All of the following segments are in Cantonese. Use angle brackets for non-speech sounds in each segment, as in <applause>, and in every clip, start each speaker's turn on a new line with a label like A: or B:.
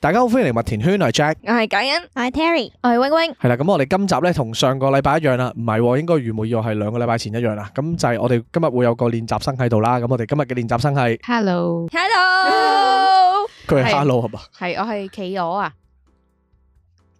A: 大家好，歡迎嚟麥田圈，我係 Jack。
B: 我係感恩，
C: 我係 Terry，
B: 我係 wing wing，
A: 係啦，咁我哋今集咧同上個禮拜一樣啦，唔係喎，應該如無意外係兩個禮拜前一樣啦。咁就係我哋今日會有個練習生喺度啦。咁我哋今日嘅練習生係
D: Hello，
B: Hello，
A: 佢係
D: 係
A: Hello 係嘛
D: 係我係企鵝啊，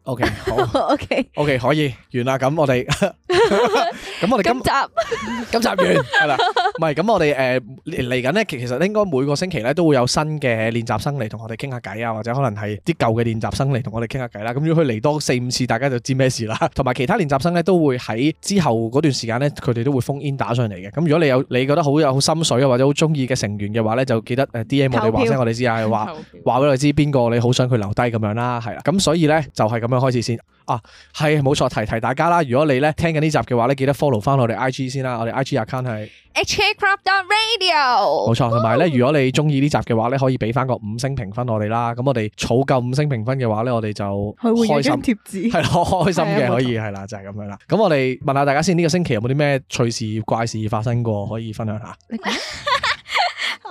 A: ？OK，好
D: <laughs>
B: <laughs> OK，
A: ，OK 可以完啦。咁我哋 <laughs> 咁我哋今
B: 今集
A: 今集完係啦，唔係咁我哋誒嚟緊咧，其其實應該每個星期咧都會有新嘅練習生嚟同我哋傾下偈啊，或者可能係啲舊嘅練習生嚟同我哋傾下偈啦。咁如果佢嚟多四五次，大家就知咩事啦。同埋其他練習生咧都會喺之後嗰段時間咧，佢哋都會封煙打上嚟嘅。咁如果你有你覺得好有好心水啊，或者好中意嘅成員嘅話咧，就記得誒 D M 我哋
D: 投票
A: 話聲我哋知啊，話話俾我哋知邊個你好想佢留低咁樣啦，係啦。咁所以咧就係咁樣開始先。啊，係冇錯，提提大家啦。如果你咧聽緊呢集嘅話咧，記得 follow 翻我哋 IG 先啦。我哋 IG account 係
B: HK Crop Dot Radio，
A: 冇錯，同
D: 哦
A: 埋咧，如果你中意呢集嘅話咧，可以俾翻個五星評分我哋啦。咁我哋儲夠五星評分嘅話咧，我哋就開
D: <laughs>
A: 心，
B: 貼紙，
A: 係咯，開心
D: 係
A: 嘅
D: 啊冇錯
A: 可以係啦，就係咁樣啦。咁我哋問下大家先，呢個星期有冇啲咩趣事怪事發生過可以分享下？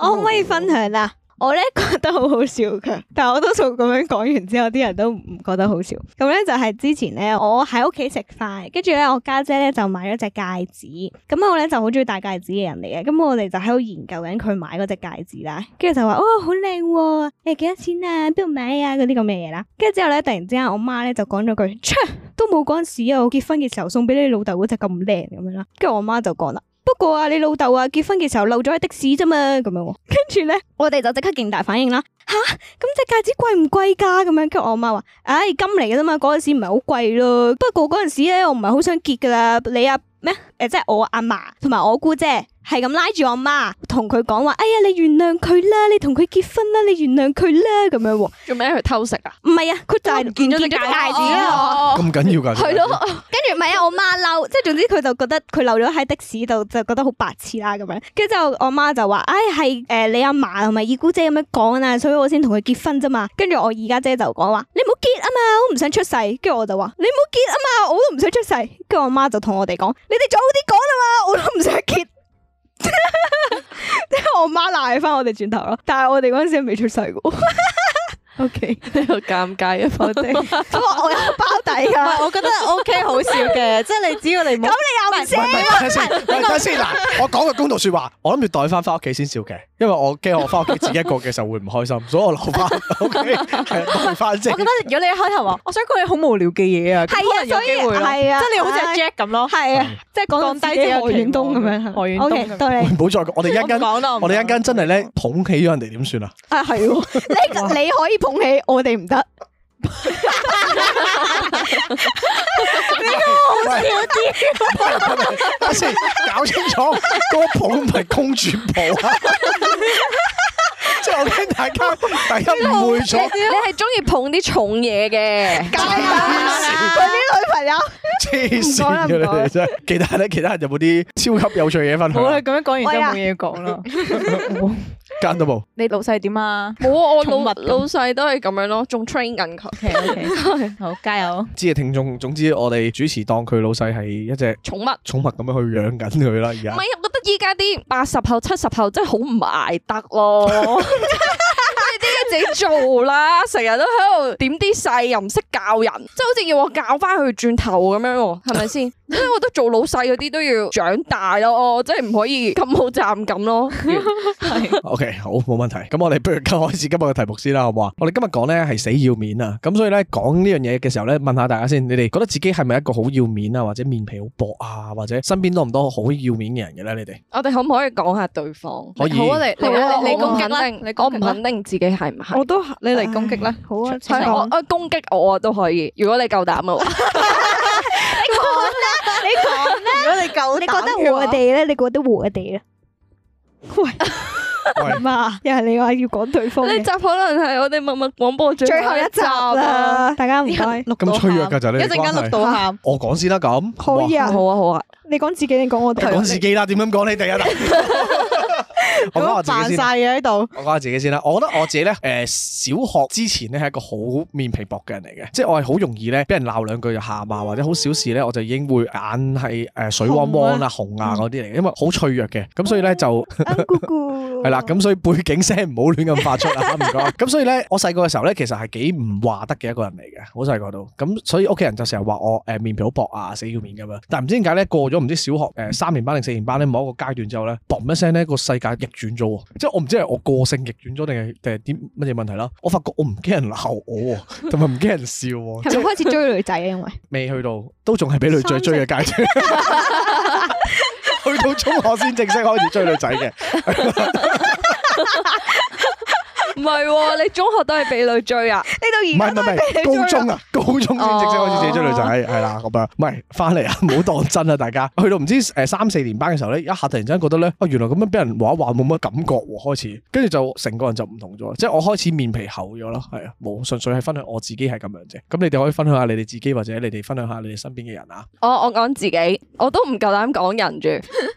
C: 我可唔可以分享啊？我咧覺得好好笑噶， <laughs> 但係我多數咁樣講完之後，啲人都唔覺得好笑。咁咧就係之前咧，我喺屋企食飯，跟住咧我家姐咧就買咗隻戒指，咁我咧就好中意戴戒指嘅人嚟嘅，咁我哋就喺度研究緊佢買嗰隻戒指啦，跟住就話哦好靚喎，誒幾多錢啊？邊度買啊？嗰啲咁嘅嘢啦，跟住之後咧突然之間我媽咧就講咗句，切都冇嗰陣時啊，我結婚嘅時候送俾你老豆嗰隻咁靚咁樣啦，跟住我媽就講啦。不過啊，你老豆啊結婚嘅時候漏咗喺的士啫嘛，咁樣喎。跟住咧，我哋就即刻勁大反應啦。吓，咁隻戒指貴唔貴㗎？咁樣，跟住我媽話：，唉、金嚟嘅啫嘛，嗰陣時唔係好貴咯。不過嗰陣時咧，我唔係好想結㗎啦。你啊咩？誒、即係我阿嫲同埋我姑姐係咁拉住我媽，同佢講話：，哎呀，你原諒佢啦，你同佢結婚啦，你原諒佢啦，咁樣喎。
D: 做咩去偷食啊？
C: 唔係啊，佢就係
B: 見咗隻戒指
C: 啊。
D: 哦
B: 啊，
A: 咁緊要
D: <laughs>
A: 㗎？
B: 係咯，
C: 跟住唔係啊，我媽嬲，即係總之佢就覺得佢漏咗喺的士度，就覺得好白痴啦咁樣。跟住之後我媽就話：，唉、係誒、你阿嫲同埋二姑姐咁樣講啊，所以我先同佢結婚啫嘛。跟住我二家姐就講話：，你唔好結啊嘛，我唔想出世。跟住我就話：，你唔好結啊嘛，我都唔想出世。跟住我媽就同我哋講：，你哋早啲講啊嘛，我都唔想結。即係我媽鬧翻我哋轉頭咯，但係我哋嗰陣時未出世噶。O K，
D: <laughs> 呢個尷尬啊！
C: 我哋不過我有包底
B: 唔
C: 噶，
B: 係我覺得 OK 好笑
C: <laughs>
B: 嘅，即係你只要你唔好
C: 咁你又唔
A: 唔係唔係，等陣先，喂等陣先嗱，我講個公道説話，我諗住袋翻翻屋企先笑嘅，因為我驚我翻屋企自己一個嘅時候會唔開心，所以我留翻，OK，係袋翻先
B: 我覺。得如果你一開頭話，我想講你好無聊嘅嘢啊，
C: 係
B: 咁
C: 啊
B: 可能有機會咯，
C: 所以係啊
B: 即係你好似
C: 唉
B: 阿 Jack 咁咯，
C: 係啊，即係講到
B: 降低
C: 自
B: 自己
C: 己
B: 嘅
C: 何遠東咁樣。
B: 期望何
C: O
B: 遠東咁
C: K，
B: 樣
C: 到你
A: 唔好嗯再講，我哋一
B: 我唔
A: 間，
B: 講啦，
A: 我哋一間真係咧捧起咗人哋點算啊？
C: 啊，係喎，你你可以捧起，我哋唔得。<laughs>
A: 喂，喂喂等陣先搞清楚，嗰個抱唔係公主抱啊！即係我驚大家大家誤會咗，
B: 你你係中意捧啲重嘢嘅，
C: 梗係啦，佢啲女朋友
A: 黐線嘅你哋真係。其他咧，其他人有冇啲超級有趣嘢分
E: 好啦，
A: 享？啊
E: 咁樣講完之後冇嘢
C: <laughs>
E: 講啦。
A: 間都冇。
E: <laughs> 你老細點啊
D: 冇啊！我老
E: 寵物咁
D: 老細都係咁樣咯，仲 train 緊佢
E: ？OK
B: <laughs>
E: OK，好加油！
A: 知嘅聽眾，總之我哋主持當佢老細係一隻
D: 寵物。
A: 寵物咁樣去養緊佢啦，而
D: 唔
E: 啊
A: 家
D: 係，啊我覺得依家啲八十後、七十後真係好唔捱得咯。你哋自己做啦，成日都喺度點啲細，又唔識教人，即係好似要我教翻佢轉頭咁樣喎，係
E: <laughs>
D: 咪先？所以我覺得做老細嗰啲都要長大咯，即係唔可以咁好站咁咯。
A: OK 好冇問題。咁我哋不如今開始今日嘅題目先啦，好唔好啊？我哋今日講呢係死要面啊，咁所以呢，講呢樣嘢嘅時候呢，問下大家先，你哋覺得自己係咪一個好要面啊，或者面皮好薄啊，或者身邊多唔多好要面嘅人嘅呢？你哋
D: 我哋可唔可以講下對方？
A: 可以
D: 好啊，你
E: 好啊
D: 你
E: 你
D: 你攻
E: 攻
D: 擊
E: 擊啦
D: 定，
E: 你
D: 我
E: 攻
D: 唔
E: 擊啦
D: 肯定自己係唔係。
E: 都你嚟攻擊啦，好啊，
D: 係我我攻擊我啊都可以，如果你夠膽啊嘅話。
C: 你講啦，
E: 如果你夠
C: 你覺得我哋咧？你覺得我哋咧？ <laughs> 喂，
A: 喂
C: 媽，又係你話要講對方嘅
D: 呢集可能係我哋默默廣播最
C: 最後一集啦，大家唔該，
E: 錄
A: 咁脆弱㗎就係你
E: 一
A: 哋
E: 陣間
A: 關係
E: 錄到喊，
A: 我講先啦，咁
C: 可以
A: <laughs> 哇
C: 啊
D: 好。啊好啊，
C: 你講自己定講我哋？
E: <laughs>
A: 講自己啦，點樣講你哋啊？ <laughs> 我講我
F: 咁
A: 自己先
F: 扮
A: 啦。
F: 晒嘢喺度，
A: 我講下自己先啦，我覺得我自己咧，誒、小學之前咧係一個好面皮薄嘅人嚟嘅，即係我係好容易咧俾人鬧兩句就喊啊，或者好小事咧我就已經會眼係誒水汪汪啊、紅啊嗰啲嚟，嘅，因為好脆弱嘅，咁所以咧就。
F: 咕咕
A: 係啦，咁所以背景聲唔好亂咁發出啊，唔該。咁所以咧，我細個嘅時候咧，其實係幾唔話得嘅一個人嚟嘅，好細個都。咁所以屋企人就成日話我誒面皮好薄啊，死要面咁樣。但係唔知點解咧，過咗唔知小學誒三年班定四年班咧某一個階段之後咧，嘣一聲咧個世界逆轉咗喎，即係我唔知係我個性逆轉咗定係定係啲乜嘢問題啦。我發覺我唔驚人鬧我喎，同埋唔驚人笑喎，
F: 係咪開始追女仔啊？因為
A: 未去到都仲係俾女仔追嘅階段。去到中學先正式開始追女仔嘅。
D: 唔係喎，你中學都係俾女追啊？
A: 唔
F: 你
A: 係
F: 到而
A: 唔
F: 家
A: 係唔係，高中啊，高中先正式開始自己追女仔，係啦咁樣。唔係翻嚟啊，唔好當真啊，大家。去到唔知誒三四年班嘅時候咧，一下突然之間覺得咧，啊原來咁樣俾人話一話冇乜感覺喎，開始跟住就成個人就唔同咗，即係我開始面皮厚咗咯，係啊，冇純粹係分享我自己係咁樣啫。咁你哋可以分享下你哋自己，或者你哋分享下你哋身邊嘅人啊。
D: <laughs> 我我講自己，我都唔夠膽講人住，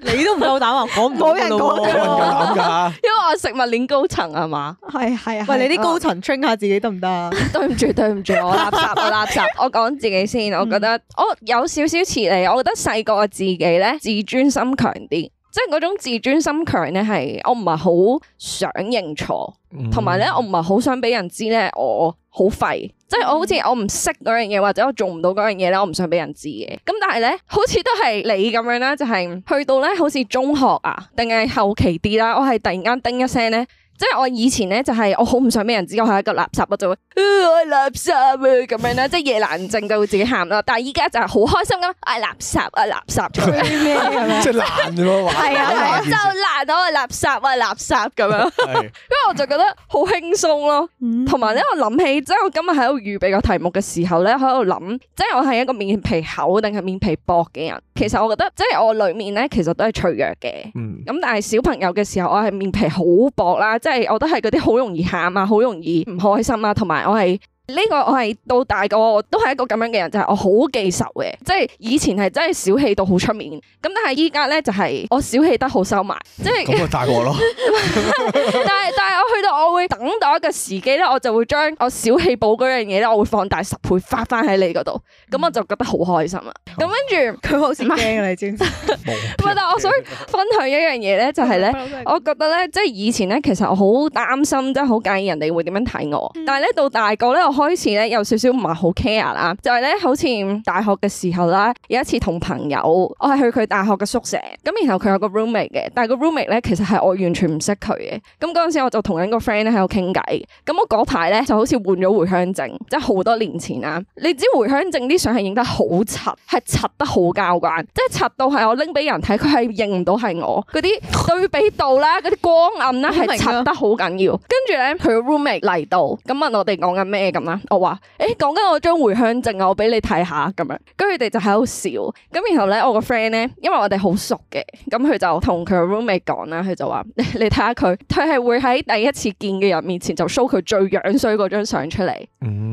B: 你都唔夠膽話講唔
F: 冇人講
A: 冇人夠膽㗎，
D: 因為我食物鏈高層係嘛。 <laughs>
F: 係係啊，
B: 喂，你啲高
F: 我
B: 層 train 下自己得唔得啊？
D: 對唔住，對唔住，我垃圾，我垃圾。我講自己先，我覺得我有少少似你，我覺得細個嘅自己咧，自尊心強啲，即係嗰種自尊心強咧，係我唔係好想認錯，
A: 嗯
D: 同埋咧，我唔係好想俾人知咧，我好廢。即係我好似我唔識嗰樣嘢，或者我做唔到嗰樣嘢咧，我唔想俾人知嘅。咁但係咧，好似都係你咁樣啦，就係、去到咧，好似中學啊，定係後期啲啦，我係突然間叮一聲咧，即係我以前咧就係、我哦好唔想俾人知我係一個垃圾，我就會、呃我係垃圾啊咁樣啦，即係夜難靜就會自己喊啦。但係依家就係好開心咁，啊垃圾啊垃圾咁
B: <laughs>
D: 樣，
F: 啊
A: 即係爛咗咯，係
D: 係啊，我就爛我係垃圾啊垃圾咁樣，因為我就覺得好輕鬆咯。同埋咧，我諗起即係我今日喺度預備個題目嘅時候咧，喺度諗，即係我係一個面皮厚定係面皮薄嘅人。其實我覺得，即係我裡面咧，其實都係脆弱嘅。
A: 嗯
D: 咁但係小朋友嘅時候，我係面皮好薄啦，即係我都係嗰啲好容易喊啊，好容易唔開心啊，同埋我係。呢個我係到大個我都係一個咁樣嘅人，就係、我好記仇嘅，即係以前係真係小氣到好出面，咁但係依家咧就係、我小氣得好收埋，即係
A: 咁啊大鑊咯，
D: 但係但係我去到我會等待一個時機咧，我就會將我小氣寶嗰樣嘢咧，我會放大十倍發翻喺你嗰度，咁我就覺得好開心啦。咁跟住佢好似
B: <laughs> 驚啊你知唔知？
A: 冇。
D: 但係我想 <laughs> 分享一樣嘢咧，就係咧。 <laughs> 我覺得咧，即係以前咧，其實我好擔心，即係好介意人哋會點樣睇我。但係咧，到大個咧，我開始咧有少少唔係好 care 啦，就係咧，好似大學嘅時候啦，有一次同朋友，我係去佢大學嘅宿舍，咁然後佢有個 roommate 嘅，但係個 roommate 咧其實係我完全唔識佢嘅。咁嗰陣時我就同緊個 friend 咧喺度傾偈，咁我嗰排咧就好似換咗回鄉證，即係好多年前啦。你知回鄉證啲相係影得好柒，係柒得好交關，即係柒到係我拎俾人睇，佢係認唔到係我嗰啲對比度啦，嗰啲光暗啦，係柒得好緊要。跟住咧，佢個 roommate 嚟到，咁問我哋講緊咩咁啦，我話：誒、講緊我張回鄉證啊，我俾你睇下咁樣。跟住佢哋就喺度笑，咁然後咧，我個 friend 咧，因為我哋好熟嘅，咁佢就同佢個 roommate 講啦，佢就話：你你睇下佢，佢係會喺第一次見嘅人面前就 show 佢最樣衰嗰張相出嚟。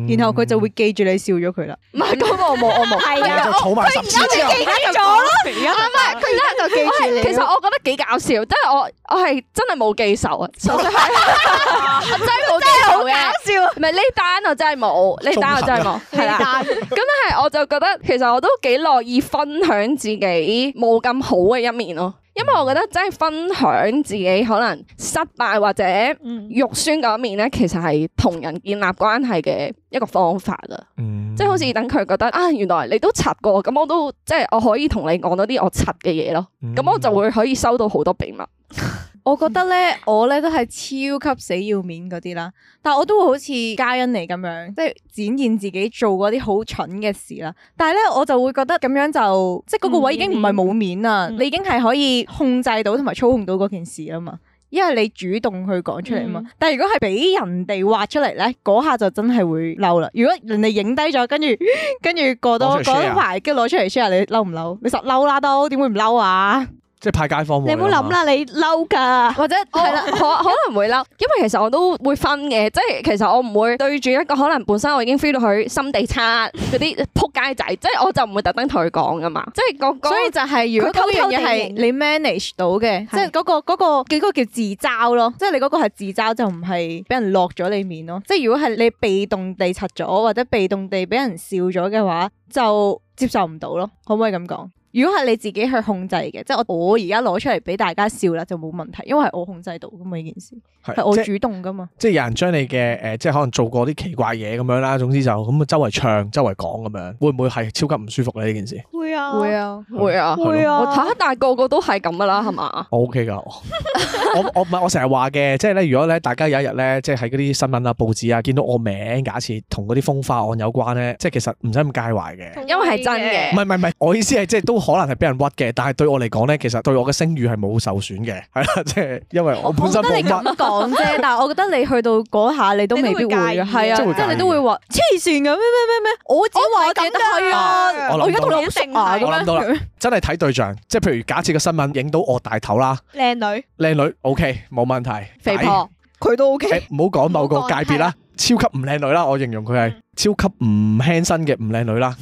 B: 然後佢就會記住你笑咗佢啦。
D: 唔係，咁我冇，我冇。
A: 係啊，就儲埋十次之後。
F: 哎
B: 哎
D: 咗咯，
F: 啊
D: 唔係佢
F: 而家就記住你
D: 係，
F: 咯。
D: 其實我覺得幾搞笑，即係我我係真係冇記仇啊，純粹係我真係冇記仇嘅。
F: 笑
D: 唔係呢單我真係冇，呢單我真係冇，係啦。
F: 啦，
D: 咁但係我就覺得其實我都幾樂意分享自己冇咁好嘅一面咯，因為我覺得真係分享自己可能失敗或者
B: 嗯
D: 肉酸嗰一面咧，其實係同人建立關係嘅一個方法啦。
A: 嗯
D: 即係好似等佢覺得啊，原來你都柒過，咁我都即係我可以同你講多啲我柒嘅嘢咯，
A: 嗯
D: 咁我就會可以收到好多秘密。
B: 啊我覺得咧，我咧都係超級死要面嗰啲啦，但我都會好似嘉欣你咁樣，即係展現自己做嗰啲好蠢嘅事啦。但係咧，我就會覺得咁樣就即係嗰個位已經
A: 嗯
B: 唔係冇面啦，你已經係可以控制到同埋操控到嗰件事啊嘛。因為你主動去講出嚟啊嘛，
A: 嗯
B: 但係如果係俾人哋畫出嚟咧，嗰下就真係會嬲啦。如果人哋影低咗，跟住 <laughs> 跟住過多
A: 攞出嚟
B: 過多
A: share
B: 排，跟住攞出嚟 share，你嬲唔嬲？你實嬲啦都，點會唔嬲啊？
A: 即係派街坊喎。
F: 你唔好
A: 諗
F: 諗啦，你嬲㗎。
D: <laughs> 或者係啦，可可能會啦，因為其實我都會分嘅，即係其實我唔會對住一個可能本身我已經 feel 到佢心地差嗰啲撲街仔，即係我就唔會特登同佢講噶嘛，即係個個
B: 所以就係如果嗰樣嘢係
F: 佢偷偷地
B: 你 manage 到嘅，即係嗰個嗰個嗰個叫自嘲咯，即係你嗰個係自嘲就唔係俾人落咗你面咯。即係如果係你被動地柒咗或者被動地俾人笑咗嘅話，就接受唔到咯。可唔可以咁講？如果係你自己去控制嘅，即係我我而家攞出嚟俾大家笑啦，就冇問題，因為係我控制到噶嘛呢件事，係我
A: 即係
B: 主動噶嘛。
A: 即係有人將你嘅誒，即係可能做過啲奇怪嘢咁樣啦。總之就咁啊，周圍唱、周圍講咁樣，會唔會係超級唔舒服咧？呢件事
F: 會啊，
B: 會，啊，
D: 會啊，
F: 會
D: 我
F: 啊。
D: 睇下，但係個個都係咁噶啦，係
B: 哦
D: 嘛？
A: 我 OK 㗎，我我我唔係我成日話嘅，即係咧，如果咧大家有一日咧，即係喺嗰啲新聞啊、報紙啊，見到我名，假設同嗰啲風化案有關咧，即係其實唔使咁介懷嘅。
D: 因為係真嘅
A: 唔係唔係唔係，我意思係即係都可能係俾人屈嘅，但係對我嚟講咧，其實對我嘅聲譽係冇受損嘅，係啦，即係因為我本身
B: 覺得
A: 冇乜，
B: 你咁啊講啫，但係我覺得你去到嗰下，你都未必會
F: 你都會介
B: 嘅，
F: 意
B: 係啊，
A: 即係會
B: 即係
A: 介意
B: 你都會話黐線嘅咩咩咩咩，我自己話我自己得係啊，
A: 我諗到
B: 我而家同你好熟啊
A: 我
B: 咁
A: 諗到啦
B: 樣。 <laughs>
A: 真係睇對象，即係譬如假設個新聞影到我大頭啦，
F: 靚女，
A: 靚女 OK 冇問題，
D: 肥
A: 抵
D: 婆
F: 佢都 OK。
A: 誒唔好講某個界別啦，超級唔靚女啦，我形容佢
B: 嗯
A: 係超級唔輕身嘅唔靚女啦，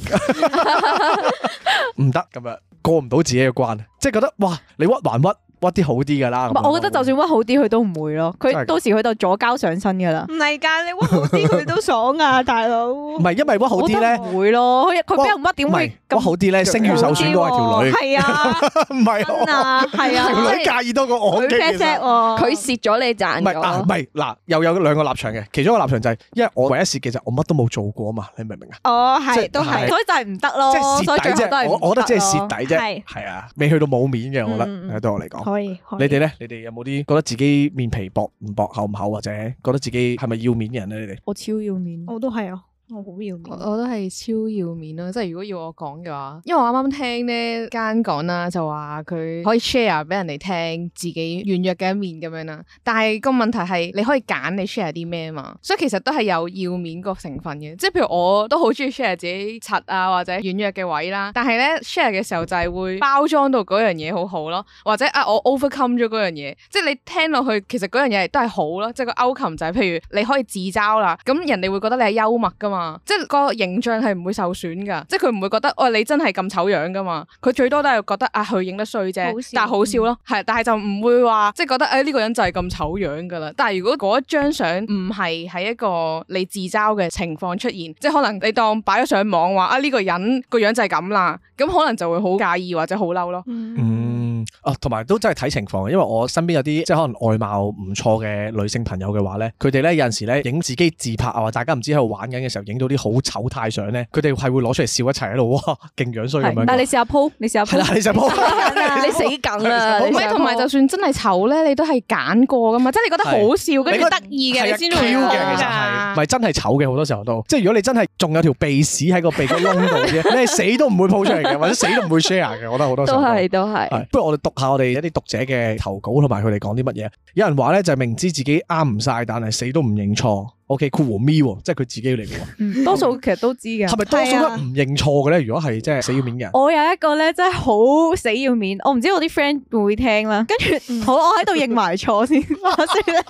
A: 唔得咁樣過唔到自己嘅關，即係覺得哇你屈還屈屈啲好啲㗎啦。
B: 唔
A: 咁樣
B: 係，我覺得就算屈好啲，佢都唔會咯。
A: 真係㗎
B: 佢到時佢就左交上身噶啦，
F: 唔係㗎，你屈好啲佢都爽 <laughs> 啊，大佬。
A: 唔係因為屈好啲咧，
B: 唔會咯。佢佢俾人屈
A: 唔
B: 點
A: 係
B: 會
A: 屈好
B: 咁？
A: 啲咧，聲譽受損嗰係條女，
F: 係啊，
A: <laughs> 唔係我
F: 真啊，係啊，
A: 條女介意多過我
F: 佢
A: 嘅其
F: pat
A: 實
F: pat
B: 哦
F: 喎，
D: 佢蝕咗你
A: 唔
D: 賺
A: 係啊，唔
D: 咗，
A: 係嗱，又有兩個立場嘅，其中一個立場就係，因為我唯一事其實我乜都冇做過啊嘛，你明唔明啊？
F: 哦
A: 即
F: 係
A: 係
F: 都係
A: 係。
B: 所以就係唔得咯，
A: 即係
B: 哦所以
A: 蝕底
B: 最後都
A: 啫，
B: 係
A: 我我覺得即係蝕
B: 底。
A: 底啫
F: 係，
A: 係啊，未去到冇面嘅，我覺
B: 嗯嗯
A: 得
B: 嗯
A: 係對我嚟講。
F: 可以，可以
A: 你哋咧，你哋有冇啲覺得自己面皮薄唔薄、厚唔厚，或者覺得自己係咪要面嘅人咧？你哋
B: 我超要面，
F: 我都係啊，我好要面
E: 我。我都係超要面咯，即係如果要我講嘅話，因為我啱啱聽呢間講啦，就話佢可以 share 俾人哋聽自己軟弱嘅一面咁樣啦。但係個問題係你可以揀你 share 啲咩嘛，所以其實都係有要面個成分嘅。即係譬如我都好中意 share 自己柒啊或者軟弱嘅位啦，但係咧 share 嘅時候就係會包裝到嗰樣嘢好好咯，或者啊我 overcome 咗嗰樣嘢，即係你聽落去其實嗰樣嘢都係好咯，即係個 outcome 就係譬如你可以自嘲啦，咁人哋會覺得你係幽默噶嘛，即係個形象係唔會受損噶，即係佢唔會覺得哦你真係咁醜樣噶嘛，佢最多都係覺得啊佢影得衰啫
F: 好笑，嗯
E: 但係好笑咯，係，但係就唔會話即係覺得誒呢個人就係咁醜樣噶啦。但係如果嗰一張相唔係喺一個你自嘲嘅情況出現，即係可能你當擺咗上網話啊呢個人個樣就係咁啦，咁可能就會好介意或者好嬲咯。
A: 嗯，啊，同埋都真係睇情況，因為我身邊有啲即係可能外貌唔錯嘅女性朋友嘅話咧，佢哋咧有陣時咧影自己自拍啊，或者大家唔知喺度玩緊嘅時候影到啲好醜態相咧，佢哋係會攞出嚟笑一齊喺度，哇，勁樣衰咁樣
B: 但係你
A: 㗎。
B: 試下 po，你試下
A: 係
B: po，
A: 啦，你就啊冇。
D: <laughs> 你死梗啦！
E: 唔
D: 你
E: 係，同埋就算真係醜咧，你都係揀過噶嘛，即係你覺得好笑，跟住得意嘅，你先會
A: 係啊 Q 嘅，
E: 講
A: 其實
E: 㗎
A: 係，咪真係醜嘅好多時候都，即係如果你真係仲有條鼻屎喺個鼻哥窿度啫，你係死都唔會鋪出嚟嘅，或者死都唔會 share 嘅，我覺得好多時
D: 都
A: 候都
D: 係都係。
A: 係不如我哋讀下我哋一啲讀者嘅投稿，同埋佢哋講啲乜嘢。有人話咧就係明知自己啱唔晒，但係死都唔認錯。OK，cool me 喎，即係佢自己嚟嘅喎。
B: 多數其實都知嘅
A: 係。咪多數都唔認錯嘅咧？如果係即係死要面嘅人，
B: 我有一個咧，真係好死要面，我唔知我啲 friend 會唔會聽啦。跟
A: 嗯
B: 住好，我喺度認埋錯先。 <laughs> 話說咧，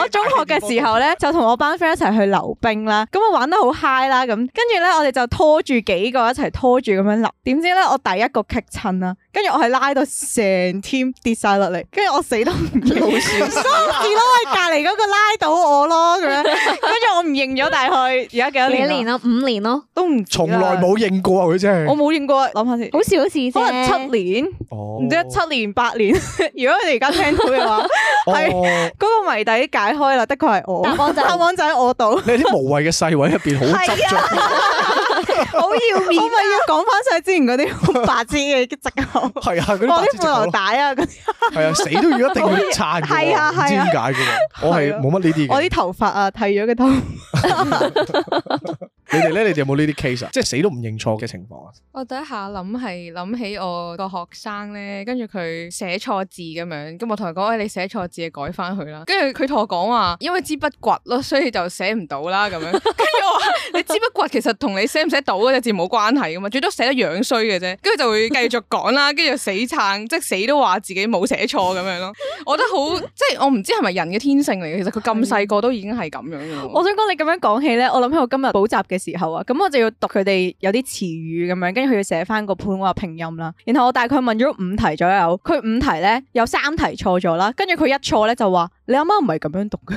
B: 我中學嘅時候咧，就同我班 friend 一齊去溜冰啦。咁我玩得好 high 啦，咁跟住咧，我哋就拖住幾個一齊拖住咁樣溜。點知咧，我第一個棘親啦，跟住我係拉到成 team 跌晒落嚟，跟住我死都唔
A: <laughs>
B: 認， <laughs> 所以咯，係隔離嗰個拉到我咯，咁
A: <laughs>
B: 樣。跟住我唔認咗，大概而家幾多
F: 幾
B: 年
F: 年啊
B: 啦？
F: 啦？五年咯，
B: 都唔止
A: 從
B: 啦
A: 來冇認過啊！佢真
B: 我
A: 係，
B: 冇認過，諗下先，
F: 好少事啫。
B: 可能七年，唔
A: 我
B: 知七年八年。 <laughs> 如果你哋而家聽到嘅
A: <laughs>
B: 話，係
A: 係
B: 嗰個謎底解開啦，的確係我，
F: 答案就
B: <laughs> 答案就喺我度。
A: 你喺啲無謂嘅細位入邊好執
B: 啊
A: 着，
F: 好要
B: 我
F: 面
B: 咪要啊講翻晒之前嗰啲好白痴嘅藉口，
A: 係啊，嗰啲
B: 我
A: 白
B: 啲
A: 痴藉口
B: 褲頭
A: 咯
B: 帶啊，嗰啲
A: 係啊，死都要一定要撐嘅喎，
B: 係啊
A: 唔知點解嘅喎，我係冇乜呢啲嘅。
B: 我啲頭髮啊，剃咗嘅頭。
A: 你哋咧，你哋有冇呢啲 case 啊？即係死都唔認錯嘅情況啊？
E: 我第一下諗係諗起我個學生咧，跟住佢寫錯字咁樣，咁我同佢講：喂，你寫錯字，改翻佢啦。跟住佢同我講話，因為支筆掘咯，所以就寫唔到啦咁
B: <laughs>
E: 樣。跟住我話：你支筆掘其實同你寫唔寫到嗰隻字冇關係噶嘛，最多寫得樣衰嘅啫。跟住就會繼續講啦，跟住就死撐，即係死都話自己冇寫錯咁樣
B: <laughs>
E: 咯。我覺得好，即係我唔知係咪人嘅天性嚟嘅，其實佢咁細個都已經係咁樣嘅
B: 我
E: 喎。
B: 想講你咁樣講起咧，我諗起我今日補習嘅時候啊，咁我就要讀佢哋有啲詞語咁樣，跟住佢要寫翻個普通話拼音啦。然後我大概問咗五題左右，佢五題咧有三題錯咗啦，跟住佢一錯咧就話你阿媽唔係咁樣讀 <laughs> 嘅。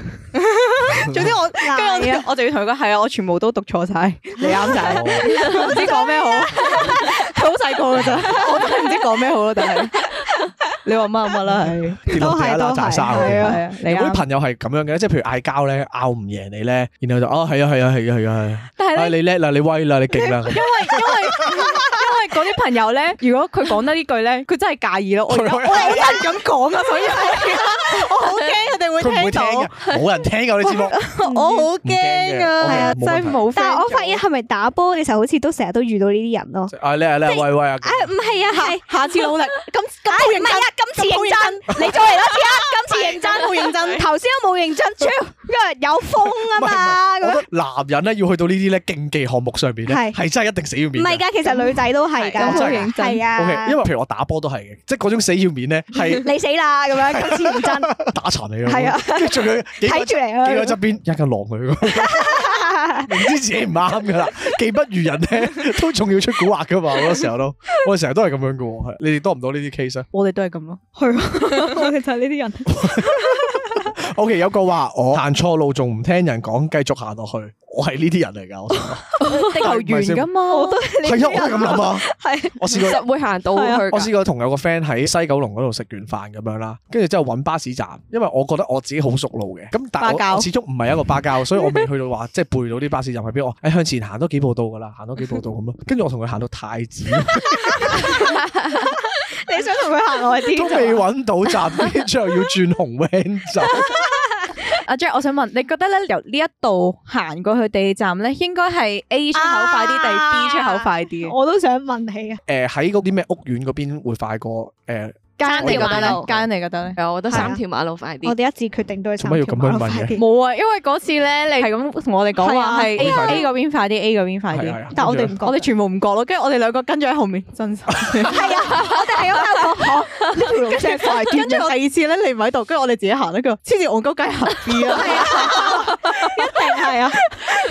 B: 總之 <laughs> 我跟住我我就要同佢講係啊，我全部都讀錯晒， <laughs> 你啱晒，唔知講咩好，佢 <laughs> 好細個㗎咋，我都係唔知講咩好咯，但係 <laughs> 你話乜就乜啦，係
A: 跌落地下揦渣沙嗰
B: 係
A: 啲
B: 啊係啊，你
A: 有冇啲
B: 啱。
A: 朋友係咁樣嘅？即係譬如嗌交咧，拗唔贏你咧，然後就哦係啊係啊係啊係啊係啊，
B: 但係咧
A: 唉。你叻啦，你威啦，你勁啦，
B: 因為因為因為嗰啲朋友咧，如果佢講得呢句咧，佢真係介意咯。我而家我好真係咁講啊，所以我好驚佢哋會
A: 佢唔會
B: 聽
A: 聽
B: 到，
A: 嘅，冇人聽嘅我啲節
B: <laughs>
A: 目，
B: 我好
A: 唔驚嘅
B: 驚啊，係啊，
A: 我
B: 真
A: 冇問題
B: 係冇 friend 做。
F: 但係我發現係咪打波嘅時候，好似都成日都遇到呢啲人咯。
A: 啊叻啊叻啊，喂喂啊，
F: 唉，唔係啊，係，
B: 下次
F: <laughs>
B: 努力，咁咁好
F: 唉，唔
B: 認
F: 係啊
B: 真，，
F: 今
B: 咁
F: 次
B: 好
F: 認真，你再嚟多次啊， <laughs> 今次認真，好認真。頭先都冇認 <laughs> 真，超，因為有風啊嘛，
A: 我
F: 咁
A: 覺得男人咧要去到呢啲咧競技項目上邊咧，
F: 係
A: 係真係一定死要面
F: 唔係
A: 嘅。
F: 㗎，其實女仔都係
A: 咁
E: 啊
F: 㗎，
A: 真係㗎 O
F: 係
A: K，因
F: 啊，
A: 為譬如我打波都係嘅，即係嗰種死要面咧，係啊
F: 你死啦咁樣，今次認真，
A: <laughs> 打殘你咯。
F: 係啊，
A: 跟住仲有幾個
F: 睇住嚟啊
A: 企喺側邊一個狼佢咁，明知自己唔啱噶啦，技不如人咧，都仲要出古惑噶嘛，好多時候都，我哋成日都係咁樣噶喎，係你哋多唔多呢啲 case 啊
B: 我哋都係咁咯。
F: 係啊， <laughs> 我哋就係呢啲人。
A: ？O K，有個話我行錯路仲唔聽人講，繼續行落去，我係呢啲人嚟㗎，我
B: 地球圓噶嘛，我都
A: 係啊，我係咁諗啊，我試過。
D: 實會行到去
B: 啊
A: 我
D: 㗎。
A: 試過同有個 friend 喺西九龍嗰度食完飯咁樣啦，跟住之後揾巴士站，因為我覺得我自己好熟路嘅，咁但係
B: 巴
A: 我
B: 膠
A: 我始終唔係一個巴交，所以我未去到話 <laughs> 即係背到啲巴士站喺邊，我誒向前行多幾步到噶啦，行多幾步到
F: <laughs>
A: 咁咯，跟住我同佢行到太子，
F: 你想同佢行耐
A: 都
F: 啲？
A: 未揾到站，跟住之後要轉紅 van
F: <laughs>
A: 走，
B: 阿 Jack，我想問，你覺得咧由呢一度行過去地鐵站咧，應該係 A 出口快啲定係 B 出口快啲？
F: 我都想問你啊，
A: 誒喺嗰啲咩屋苑嗰邊會快過誒，
B: 間你
D: 三
B: 覺得咧
D: 條馬路？
B: 間你覺得咧？
D: 係啊我覺得
F: 係啊
D: 三條馬路快啲
F: 我。哋一致決定都係
A: 做
F: 三
A: 乜要
F: 條
A: 咁樣
F: 馬路
A: 問
F: 快
A: 嘅
F: 啲。
B: 冇啊，因為嗰次咧，你係咁同我哋講
F: 係啊
B: 話係
A: A 快啲
B: A 嗰邊快啲，A 嗰邊快
A: 係
B: 啲
A: 啊，
F: 但我哋唔覺，
B: 我哋全部唔覺咯，跟住我哋兩個跟咗喺後面，真 <laughs> 心。
F: 係啊，我哋係咁喺度講，嚇呢條路真係快
B: 跟住我第二次咧，你唔喺度，跟住我哋自己行咧，佢話黐線戇鳩街 <laughs> 行 B 啊，
F: 定係啊，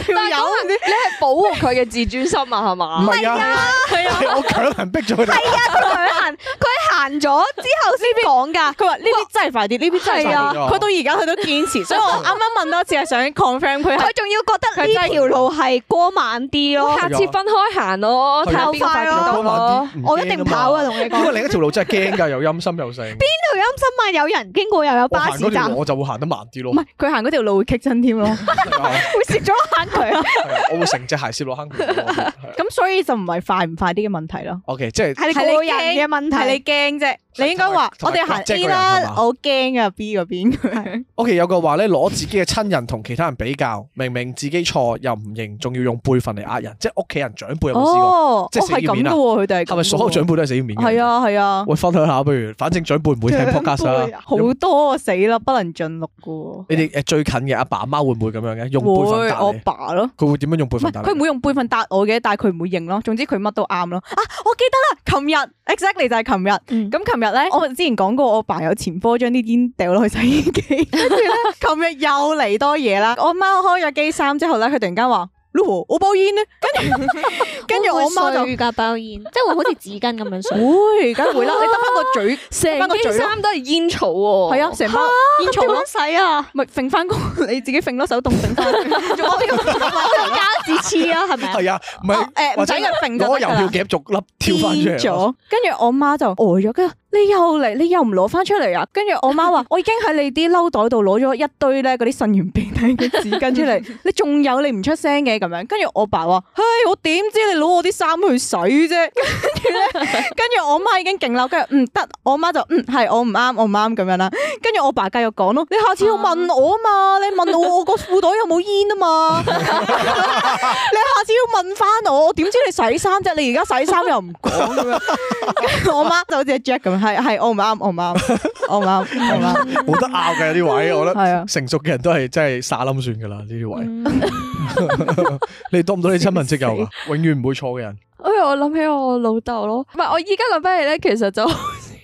B: 條
D: 嗰
B: 友
D: 下你係保護佢嘅自尊心啊，係
A: 唔
D: 嘛？
A: 係啊，
F: <laughs>
A: 係我強行逼咗佢哋，
F: 啊佢行佢行咗之後先講㗎。
B: 佢話呢邊真係快啲，呢邊真係
A: 係啊
B: 快啲。佢到而家佢都堅 <laughs> 持，所以我啱啱問多次係想 confirm 佢係
F: 佢仲要覺得呢條路係過慢啲咯，
D: 下次分開行咯，睇
A: 係啊
D: 下邊個快啲
A: 我
D: 到
A: 幫慢
D: 咯。
A: 啲唔
F: 我一定
A: 驚嘛
F: 跑啊！同你講，
A: 因為
F: 呢
A: 另一條路真係驚㗎，又陰森又剩，
F: 度陰森啊，有人經過又有
A: 我
F: 巴
A: 行
F: 士
A: 嗰條
F: 站，
A: 路我就會行得慢啲咯啊
B: 唔，係佢行嗰條路會棘親添咯？
F: 會攝咗坑佢啊！
A: 係啊我會成隻鞋攝落坑渠嗰度。係啊
B: 咁所以就唔係快唔快啲嘅問題咯，
A: O K，即係
F: 係你個人嘅問
B: 係你
F: 題，
B: 驚啫。你應該話
A: 同
B: 我
A: 埋
B: 哋行
A: 即係
B: A
A: 個人係
B: 啦
A: 嘛，
B: 我驚啊 B 嗰邊佢。
A: O K，有個話咧，攞自己嘅親人同其他人比較，明明自己錯又唔認，仲要用輩分嚟呃人，即係屋企人長輩有冇試過？
B: 哦，
A: 即係
B: 哦
A: 死
B: 係
A: 要
B: 咁
A: 面啊
B: 噶喎，佢哋
A: 係咪所有長輩都係死要面嘅？
B: 係，啊係啊，
A: 喂，分享下不如，反正長輩唔
B: <laughs>
A: 會聽 podcast 啦。
B: 好多啊死啦，不能盡錄噶喎。
A: 你哋誒最近嘅阿爸阿媽會唔會咁樣嘅？用輩分
B: 會
A: 答
B: 哎我
A: 你？
B: 爸咯。
A: 佢會點樣用輩
B: 唔係
A: 分答你？
B: 佢唔會用輩分答我嘅，但係佢唔會認咯。總之佢乜都啱咯。啊，我記得啦，琴日 exactly 就係琴日。
F: 嗯
B: 咁琴日咧，我之前講過，我爸有前科將啲煙掉落去洗衣
G: <laughs>
B: 機， <laughs> 跟住咧，琴日又嚟多嘢啦。我媽開咗機衫之後咧，佢突然間話：老婆，我包煙咧。
G: <laughs>
B: 跟住，跟住我媽就
G: 㗎包煙，即係會好似紙巾咁樣碎。
B: 會，梗
G: <laughs>
B: 係會啦。你得翻個嘴，
D: 成件衫都係煙草喎。
G: 哦
B: 係啊，成包煙草咯，洗啊，咪揈翻工， <laughs> 你自己揈咯，手動
A: <laughs>
B: 揈翻。仲我呢個膠紙黐啊，係咪
A: 係啊，唔係
B: 誒
A: 或
B: 唔
A: 者
B: 使入揈就
A: 攞郵
B: 得㗎啦
A: 票夾逐粒跳翻出嚟
B: 癲
A: 咯。啊
B: 咗，跟住我媽就呆咗，跟住你又嚟，你又唔攞翻出嚟啊！跟住我
A: <laughs>
B: 媽話：我已經喺你啲褸袋度攞咗一堆咧嗰啲腎源病體嘅紙巾出
A: <laughs>
B: 嚟，你仲有你唔出聲嘅咁樣。跟住我爸話：唉，我點知你攞我啲衫去洗啫？跟住我媽已經勁嬲，跟住唔得，我媽就嗯係我唔啱，我唔啱咁樣啦。跟住我爸繼續講咯，你下次要問我啊嘛，你問我我個褲袋有冇煙啊嘛，你下次要問翻我，我點知你洗衫啫？你而家洗衫又唔講咁樣，跟住我媽就好似阿 Jack 咁，係係我唔啱，我唔啱，我唔啱，我唔啱。
A: 冇得拗嘅有啲位，我覺
B: 係啊
A: 得成熟嘅人都係真係沙冧算噶啦呢啲位。
D: 嗯
A: <laughs> 你當唔到你親朋戚友噶，永遠唔會錯嘅人。
D: 哎呀，我諗起我老豆咯，唔係我依家諗翻起咧，其實就好似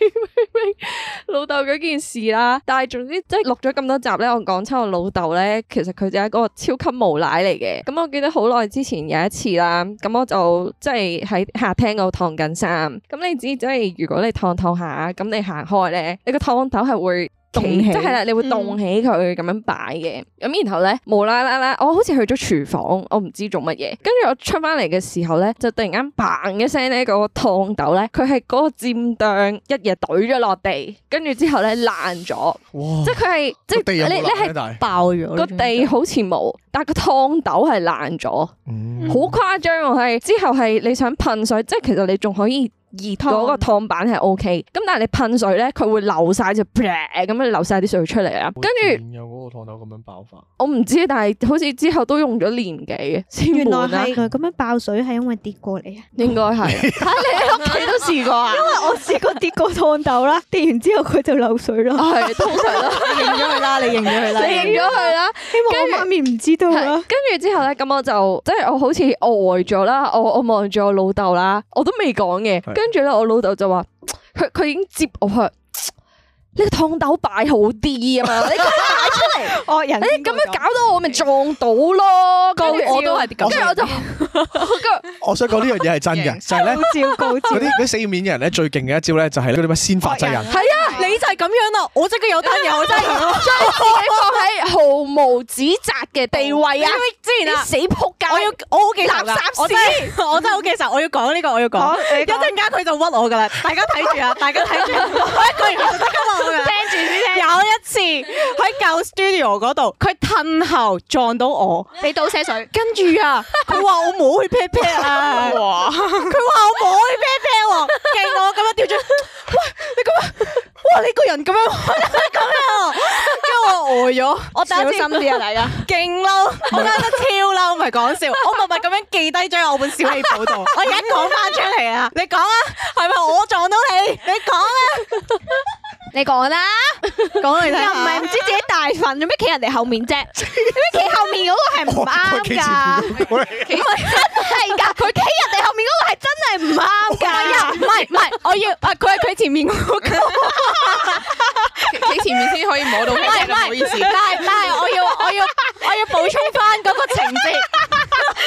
D: <laughs> 老豆嗰件事啦。但係總之即係錄咗咁多集咧，我講親我老豆咧，其實佢就係一個超級無賴嚟嘅。咁我記得好耐之前有一次啦，咁我就即係喺客廳嗰度燙緊衫。咁你知即係如果你燙燙下，咁你行開咧，你個燙斗係會。
B: 動
D: 起
B: 起
D: 即係啦，
A: 嗯
D: 你會動起佢咁樣擺嘅，咁然後咧無啦啦啦，我好似去咗廚房，我唔知做乜嘢，跟住我出翻嚟嘅時候咧，就突然間嘭一聲咧，嗰個燙斗咧，佢係嗰個尖釘一嘢懟咗落地，跟住之後
A: 哦
D: 咧爛咗，
A: 哇！
D: 即係佢係即
A: 個地有
D: 係
A: 冇
D: 你你
A: 爛咧
D: 係
A: 但係
B: 爆咗
D: 個地好似冇，但係個燙斗係爛咗，好
A: 嗯
D: 誇張喎！係之後係你想噴水，即係其實你仲可以。熱嗰個燙板係 O K，咁但係你噴水咧，佢會流晒就咁樣流晒啲水出嚟啊！跟住
A: 住有嗰個燙斗咁樣爆發，
D: 我唔知，但係好似之後都用咗年幾先
C: 原來
D: 滿啦，
C: 係佢咁樣爆水係因為跌過嚟啊！
D: <laughs> 應該係。 <laughs> 嚇你喺屋企都試過啊？
F: <laughs> 我試過跌過燙斗啦，跌完之後佢就漏水
D: <laughs>
F: 咯。
D: 係通常啦，
B: 你認咗佢啦，你認咗佢啦，
D: 你認咗佢啦。
F: 希望我媽咪唔知道啊
D: 係
F: 啦。
D: 跟住之後咧，咁我就即係我好似呆咗啦，我我望住我老豆啦，我都未講嘅。
A: 係
D: 跟住咧，我老豆就話：佢佢已經接我去，你個燙斗擺好啲啊 <laughs> 嘛，你
F: 哦，人
D: 你哎咁樣搞到我咪撞到 <laughs> 咯。跟住
B: 我都係咁
D: 跟住我 <laughs> 就
A: 我想講呢樣嘢係真
D: <laughs>
A: 嘅，就係咧
F: 高照高
A: 嗰
F: 照
A: 啲。嗰啲死面嘅人咧最勁嘅一招咧就係嗰啲咩先發制人。
D: <laughs> 啊
B: 你就係咁樣啦，我即刻有單嘢，我真係咁咯。
D: 將自己放喺毫無指責嘅地位啊！
B: 之前
D: 你
B: 啊。
D: 死仆街！
B: 我要我好記仇
D: 垃
B: 噶
D: 圾，
B: 我真係 <laughs> 我真係好記仇，我要講呢個，我要講。一陣間佢就屈我噶啦，大家睇住啊，大家睇住，我一句完就即刻屈我
D: <laughs>
B: 噶。聽住先。有一次喺舊 studio 嗰度，佢褪後撞到我，
G: 你倒瀉水，
B: 跟住啊，佢話我冇去 pat pat 啊，佢話我冇去 pat pat 喎，勁我咁樣掉轉，喂你咁樣，哇 <laughs> 你個人咁樣，咁樣啊，跟住我呆咗，我
F: 小心啲啊，大家！
B: 勁嬲，我覺得超嬲，唔係講笑，我默默咁樣記低咗喺我本小氣簿度， <laughs> 我而家講翻出嚟啊！你講啊，係咪我撞到你？你講啊，
G: 你講啦，
B: 講嚟睇下。
F: 又唔係唔知自己大份，做咩企人哋後面啫？做咩企後面嗰個係唔
A: <laughs> 我
F: 啱㗎？
D: <laughs>
F: 係㗎，佢企人哋後面嗰個係真係唔啱
B: <laughs> Dạ.
D: dạ,
F: 㗎。
B: 唔係唔係，我要啊！佢喺佢前面嗰個，
E: 企前面先可以摸到，唔
B: 唔好意思，但係但係我要我要我要補充翻嗰個情節， <laughs>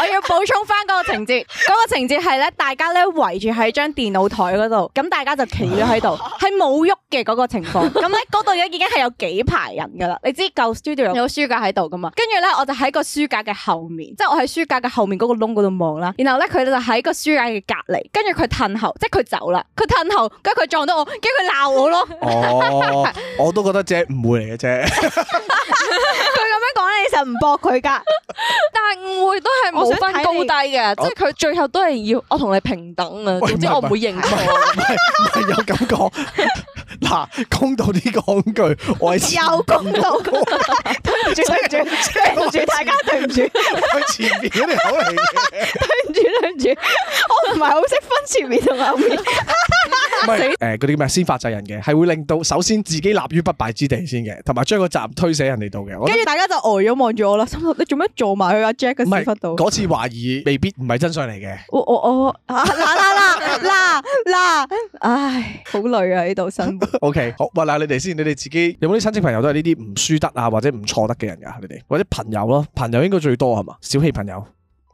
B: 我要補充翻嗰個情節，嗰、個情節係咧，大家咧圍住喺張電腦台嗰度，咁大家就企咗喺度，係冇喐嘅嗰個情況。咁咧嗰度已經係有幾排人噶啦，你知舊 studio 有書架喺度噶嘛？跟住咧我就喺個書架嘅後面，即係我喺書架嘅後面嗰個窿嗰度望啦。然後咧佢就喺個書架嘅隔離，跟住佢褪後，即係佢走啦，佢褪後，跟住佢撞到我，跟住佢鬧我咯。
A: 哦，我都覺得啫，誤會嚟嘅
D: <laughs>
A: 啫。
F: 佢咁樣講，你實唔駁佢㗎。
D: 但係誤會都係冇分高低嘅，即係佢最後都係要我同你平等啊。
A: 喂
D: 總之
A: 唔係
D: 我唔會認
A: 唔係
D: 錯。
A: 唔係唔係有咁講。 <laughs> 嗱，公道啲講句，我係前
F: 又公道，對唔住， <laughs> 對唔住，對唔住，大家對唔住，對
A: <laughs> 我係前面嗰啲口嚟嘅。
F: 唔住，對唔住，我唔係好識分前面同後面。
A: 唔係誒嗰啲咩先發制人嘅，係會令到首先自己立於不敗之地先嘅，同埋將個責任推死人哋度嘅。我覺得
B: 跟住大家就呆咗望住我啦，心諗你做咩做埋去阿 Jack 嘅
A: 唔係
B: 屎忽度？
A: 嗰次懷疑未必唔係真相嚟嘅。
B: 我我我啊嗱嗱嗱嗱嗱，唉，好累啊！呢度生活 <laughs>
A: OK，好，喂嗱，你哋先，你哋自己有冇啲親戚朋友都係呢啲唔輸得啊，或者唔錯得嘅人㗎？你哋或者朋友咯，朋友應該最多係嘛？小氣朋友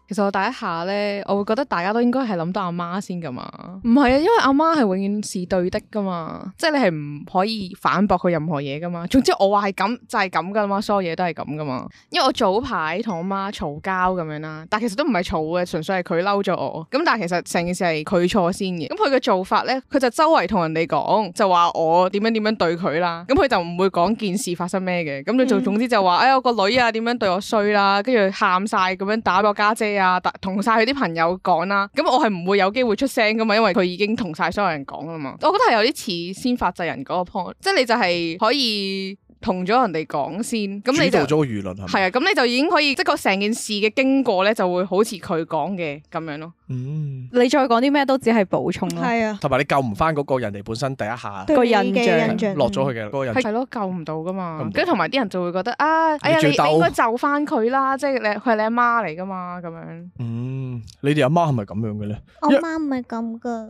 E: 其實我第一下咧，我會覺得大家都應該係諗到阿媽先噶嘛。唔係啊，因為阿媽係永遠是對的噶嘛，即係你係唔可以反駁佢任何嘢噶嘛。總之我話係咁就係咁噶啦嘛，所有嘢都係咁噶嘛。因為我早排同我媽嘈交咁樣啦，但其實都唔係嘈嘅，純粹係佢嬲咗我。咁但係其實成件事係佢錯先嘅。咁佢嘅做法咧，佢就周圍同人哋講，就話我點樣點樣對佢啦。咁佢就唔會講件事發生咩嘅。咁你就總之就話，哎呀我個女啊點樣對我衰啦，跟住喊晒咁樣打俾我家姐啊，打同晒佢啲朋友講啦。咁我係唔會有機會出聲噶嘛，因為佢已經同晒所有人講啦嘛。我覺得係有啲似先發制人嗰個 point，即係你就係可以同咗人哋講先，咁你
A: 主
E: 就
A: 導咗個輿論係咪？
E: 係啊，咁你就已經可以即係個成件事嘅經過咧，就會好似佢講嘅咁樣咯。
A: 嗯，
B: 你再講啲咩都只係補充咯。
F: 係啊，
A: 同埋你救唔翻嗰個人哋本身第一下
F: 對
B: 個
F: 你
B: 印
F: 嘅
B: 象
F: 印象
A: 落咗去嘅嗰個人，
E: 係咯，救唔到噶嘛
A: 救唔到。
E: 跟住同埋啲人就會覺得啊，哎呀，
A: 最
E: 你
A: 鬥
E: 你應該就翻佢啦，即係你佢係你阿媽嚟噶嘛，咁樣。
A: 嗯，你哋阿媽係咪咁樣嘅
F: <laughs>
A: 咧？
F: 我
A: 因為
F: 媽唔係咁噶，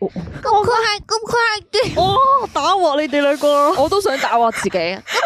B: 我
F: 咁佢係咁佢係點？
B: 哦打鑊你哋兩個咯。
D: 我都想打我自己。
A: 你阿
F: 佢係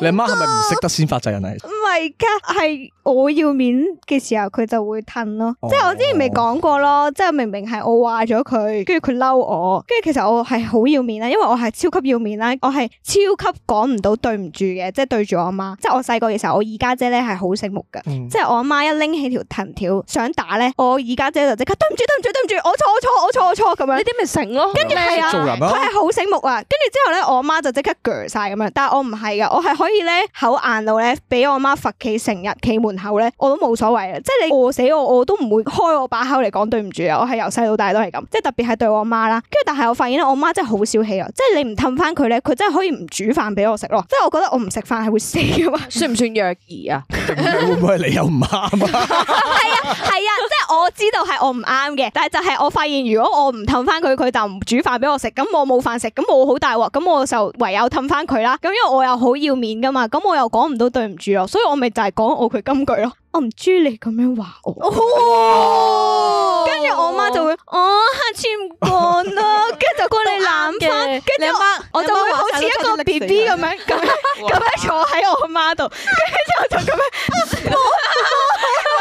F: 點？
A: 媽係咪唔識得先發制人嚟？
F: 唔係噶，係我要面嘅時候，佢就會褪咯。
A: 哦
F: 即係我之前咪講過咯，即係明明係我話咗佢，跟住佢嬲我，跟住其實我係好要面啦，因為我係超級要面啦，我係超級講唔到對唔住嘅，即係對住我阿媽。即係我細個嘅時候，我二家姐咧係好醒目噶。
A: 嗯
F: <laughs> 即係我阿媽一拎起條藤條想打咧，我二家姐就即刻對唔住對唔住對唔住，我錯我錯我錯我錯咁樣
D: 呢。啲咪醒咯，
F: 跟住係
D: à.
F: 啊，
A: 做人啊
F: <laughs> 佢係好醒目啊！跟住之後咧，我媽就即刻鋸晒咁樣，但係我唔係噶，我係可以咧口硬路咧，俾我媽罰企成日企門口咧，我都冇所謂啊！即係你餓死我，我都唔會開我把口嚟講對唔住啊！我係由細到大都係咁，即係特別係對我媽啦。跟住但係我發現咧，我媽真係好小氣啊！即係你唔氹翻佢咧，佢真係可以唔煮飯俾我食咯。即係我覺得我唔食飯係會死噶嘛。
D: 算唔算虐兒啊？
A: 定係會唔會係你又唔啱啊？
F: 係啊，即係我知道係我唔啱嘅，但係就係我發現，如果我唔氹翻佢，佢就唔煮飯俾我食，咁我冇飯食，咁我好大鑊，咁我就唯有氹翻佢啦。咁因為我又好要面噶嘛，咁我又講唔到對唔住咯，所以我咪就係講我佢金句咯。我唔中意你咁樣話我，
B: 哦
F: 跟住我媽就會，哦，下次唔講啦， <laughs> 跟住就過嚟攬翻，跟住我我就會好似一個 B B 咁樣咁樣咁樣坐喺我媽度，跟住之後就咁樣。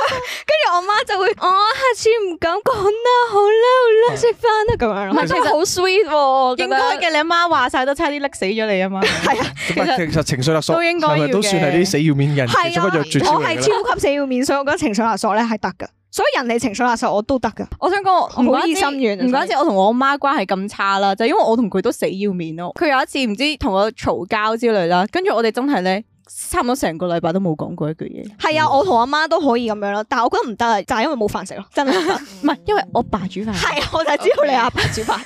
F: 跟住我媽就會，我、下次唔敢講啦，好啦，好啦，食飯啦咁樣
D: 唔
F: 咯。
D: 係，其實好 sweet 喎，我覺
B: 應
D: 得
B: 該嘅，你阿媽話晒都差啲溺死咗你啊嘛。
A: 其實情緒勒索
B: 都應該
A: 係咪都
B: 要嘅
A: 算係啲死要面嘅人其
F: 係
A: 中一樣絕
F: 啊，
A: 招
F: 我
A: 嚟
F: 係
A: 嘅咧？
F: 超級死要面，所以我覺得情緒勒索咧係得噶，所以人哋情緒勒索我都得噶。
B: 我想講，唔怪
F: 好意
B: 之
F: 心軟啊
B: 唔怪之我同我媽關係咁差啦，就因為我同佢都死要面咯。佢有一次唔知同我嘈交之類啦，跟住我哋真係咧，差唔多成個禮拜都冇講過一句
D: <laughs>
B: 嘢。
F: 係啊，我同阿媽都可以咁樣咯，但係我覺得唔得啊，就係因為冇飯食咯，真係唔得。
B: 唔係，因為我爸煮飯，
F: 係啊，我就係知道你阿爸煮飯，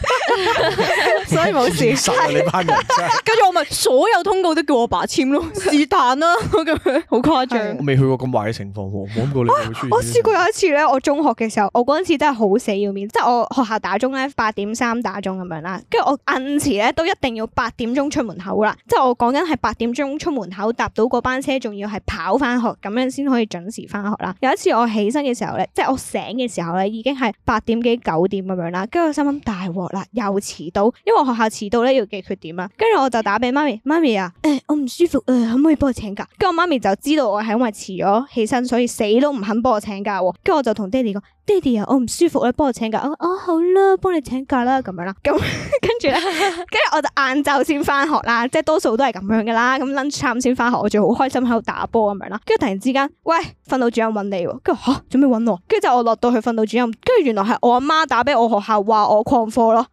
B: 所以冇
A: 現。
B: 事
A: 實啊！你班人真係，
B: 跟住我咪所有通告都叫我爸簽
D: <laughs>
B: 咯，是但啦咁樣，好誇張
A: 我。未去過咁壞嘅情況喎，冇諗過你哋會出現呢啲情況。
F: 我試過有一次咧，我中學嘅時候，我嗰陣時真係好死要面，即係我學校打鐘咧八點三打鐘咁樣啦，跟住我摁遲咧都一定要八點鐘出門口啦，即係我講緊係八點鐘出門口搭到嗰班車，仲要係跑翻學咁樣先可以準時翻學啦。有一次我起身嘅時候咧，即係我醒嘅時候咧已經係八點幾九點咁樣啦，跟住我心諗大鑊啦，又遲到，因為我學校遲到咧要記缺點啦，跟住我就打俾媽咪，媽咪啊。我唔舒服啊，可唔可以幫我請假？跟住我媽咪就知道我係因為遲咗起身，所以死都唔肯幫我請假喎。跟住我就同爹哋講：爹哋啊，我唔舒服咧，幫我請假。我哦好啦，幫你請假啦，咁樣啦。咁 <laughs> 跟住咧，跟住我就晏晝先翻學啦，即係多數都係咁樣噶啦。咁 lunch time 先翻學，我仲好開心喺度打波咁樣啦。跟住突然之間，喂，訓導主任揾你喎。跟住吓，做咩揾我？跟住就我落到去訓導主任，跟住原來係我阿媽打俾我學校話我曠課咯。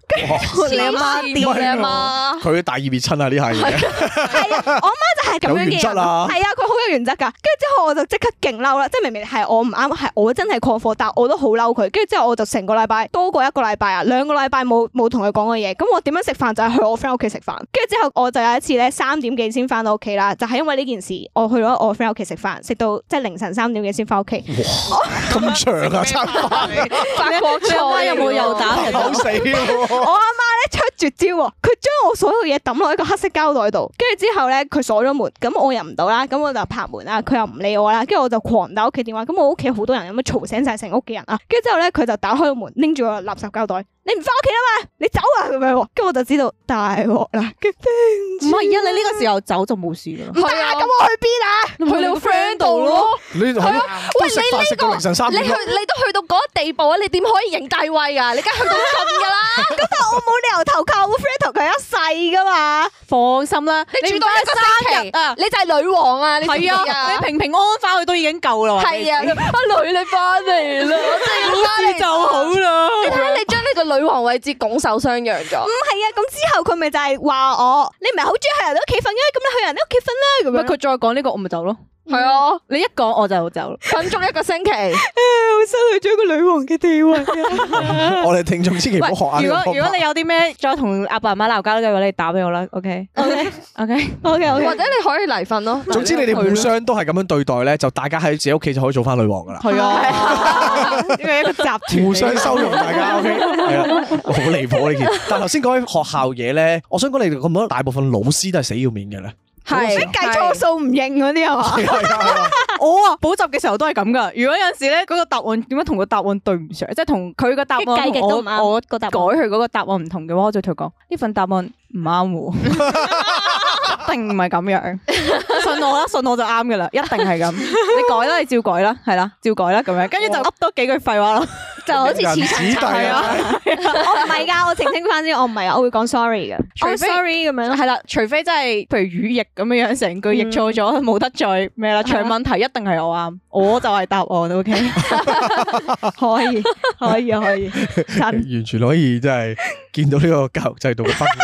D: 你阿媽屌你阿媽，
A: 佢大義滅親啊！呢下嘢
F: 係啊，我媽就係咁樣
A: 有原
F: 嘅
A: 則
F: 人，
A: 啊
F: 係啊，佢好有原則噶。跟住之後我就即刻勁嬲啦，即係明明係我唔啱，係我真係曠課，但我都好嬲佢。跟住之後我就成個禮拜多過一個禮拜啊，兩個禮拜冇冇同佢講過嘢。咁我點樣食飯就係去我 friend 屋企食飯。跟住之後我就有一次咧三點幾先翻到屋企啦，就係因為呢件事，我去咗我 friend 屋企食飯，食到即係凌晨三點幾先翻屋企。
A: 咁長啊，餐飯
D: 法國
B: 你阿媽
D: 菜啊
B: 有冇又打嚟？
A: 好死喎！
F: <laughs> 我阿媽咧出絕招喎，佢將我所有嘢抌落一個黑色膠袋度，跟住之後咧佢鎖咗門，咁我入唔到啦，咁我就拍門啦，佢又唔理我啦，跟住我就狂打屋企電話，咁我屋企好多人，咁樣嘈醒晒成屋企人啊，跟住之後咧佢就打開個門，拎住個垃圾膠袋，你唔翻屋企啦嘛，你走啊咁樣喎，跟住我就知道大鑊啦，跟
B: 唔
F: 住
B: 係啊！你呢個時候走就冇事噶啦。
D: 係啊，咁
F: 我去邊啊？
D: 去你個 friend 度咯。
A: 你係咯
E: 啊
A: 都食飯食到凌晨三
D: 你
A: 點
D: 去
A: 咯，
D: 你都去到嗰個地步啊，你點可以認大位啊？你梗係去到盡㗎啦， <laughs>
F: 我冇理由投靠我 friend 同佢一世噶嘛，
B: 放心啦，
D: 你住
B: 唔
D: 到一個
B: 返
D: 星期
B: 日啊，
D: 你就係女王啊！你知唔知
B: 係啊，你平平安安翻去都已經夠啦。
D: 係啊，阿女你翻嚟啦，我真係要翻
B: 你
D: 嚟
B: 就好
D: <laughs>
B: 啦。
D: 你睇下你將你個女王位置拱手相讓咗，
F: 唔係啊，咁之後佢咪就係話我，你唔係好中意去人哋屋企瞓嘅，咁你去人哋屋企瞓啦咁
B: 唔
F: 樣
B: 係。佢再講呢個，我咪走咯。
D: 係啊，
B: 你一講我就 <laughs> 走啦。
D: 瞓足一個星期，
F: 我失去咗個女王嘅地位啊！
A: 我哋聽眾千祈唔好學
B: 如
A: 啊下呢
B: 果
A: 個
B: 如果
A: 方
B: 你
A: 法。
B: 有啲咩再同阿爸阿媽鬧交嘅話，你打俾我啦。OK OK
D: <laughs>
B: OK
D: 或者你可以嚟瞓咯。
A: 總之你哋互相都係咁樣對待咧，就大家喺自己屋企就可以做翻女王噶啦。
B: 係啊，呢個係一個集團嚟嘅
A: 互相收容大家，OK，係啊，好離譜呢件。但係頭先講起學校嘢咧，我想講你哋咁多大部分老師都係死要面嘅咧。
D: 係
A: 係
F: 計錯數唔認嗰啲係嘛？
A: 係啊係啊
B: 我啊補習嘅時候都係咁噶。如果有陣時咧，嗰個答案點解同個答案對唔上，即係同佢個答案
F: 計極
B: 同
F: 都唔啱
B: 我我
F: 個答案
B: 改佢嗰個答案唔同嘅話，我就同佢講呢份答案唔啱喎，一定唔係咁樣。信我啦，信我就啱噶啦，一定係咁。你改啦，你照改啦，係啦，照改啦咁樣，跟住就噏多幾句廢話咯。
F: 就好似
A: 人
F: 似
A: 子弟啊， <laughs>
F: 我哦唔係㗎，我澄清翻先，我唔係啊，我會講 sorry 嘅，
B: 除非
F: 我 sorry 咁樣 <laughs> 咯。
B: 係啦，除非真係譬如語譯咁樣樣，成句譯錯咗，冇得再咩啦。長問題一定係我啱，我就係答案。O <laughs> K，
F: 可以，可以，可以，真
A: <laughs> 完全可以真係見到呢個教育制度嘅分野。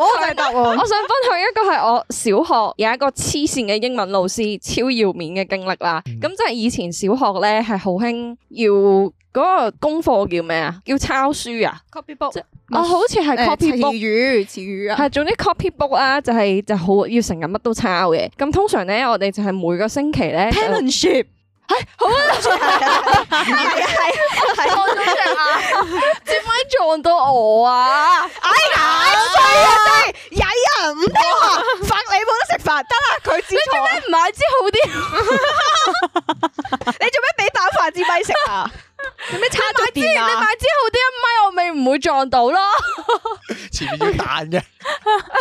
B: 我就係答案。
D: 我想分享一個係我小學有一個黐線嘅英文老師超要面嘅經歷啦。咁即係以前小學咧係好興要嗰個功課叫咩啊？叫抄書啊？
B: copy book
D: 哦，好似係 copy book
B: 語詞語啊，
D: 係，總之 copy book 啦，就係就好要成日乜都抄嘅。咁通常咧，我哋就係每個星期咧，就
B: penmanship
D: 撞到隻眼， <laughs> 點解撞到我啊？
F: 曳啊！唔聽話，罰你冇得食飯得啦。佢知
D: 做
F: 錯，
D: 咩唔買支好啲？
F: 你做咩俾飽飯支咪食 <laughs> 啊？做咩叉咗
D: 你
F: 電啊？
D: 買支好啲一米，我咪唔會撞到咯。
A: <laughs> 前面要彈嘅，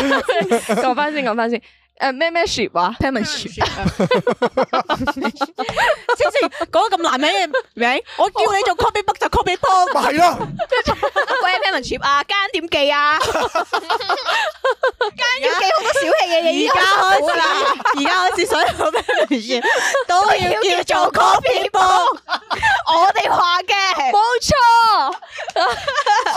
D: <laughs> 講翻先，講翻先。誒咩咩 ship 啊？
B: penmanship，黐線講咁難名嘅 <laughs> 名，我叫你做 copy book 就 copy book， <laughs>
A: 咪係咯，
F: 喂 p a m e n s h i p 啊，間點記啊？ <laughs> 間要記好多小氣嘅嘢，
B: 而家開始啦，而家開始所有 penmanship <laughs> 都要叫做 copy book，
F: 我哋話嘅。
D: 冇錯。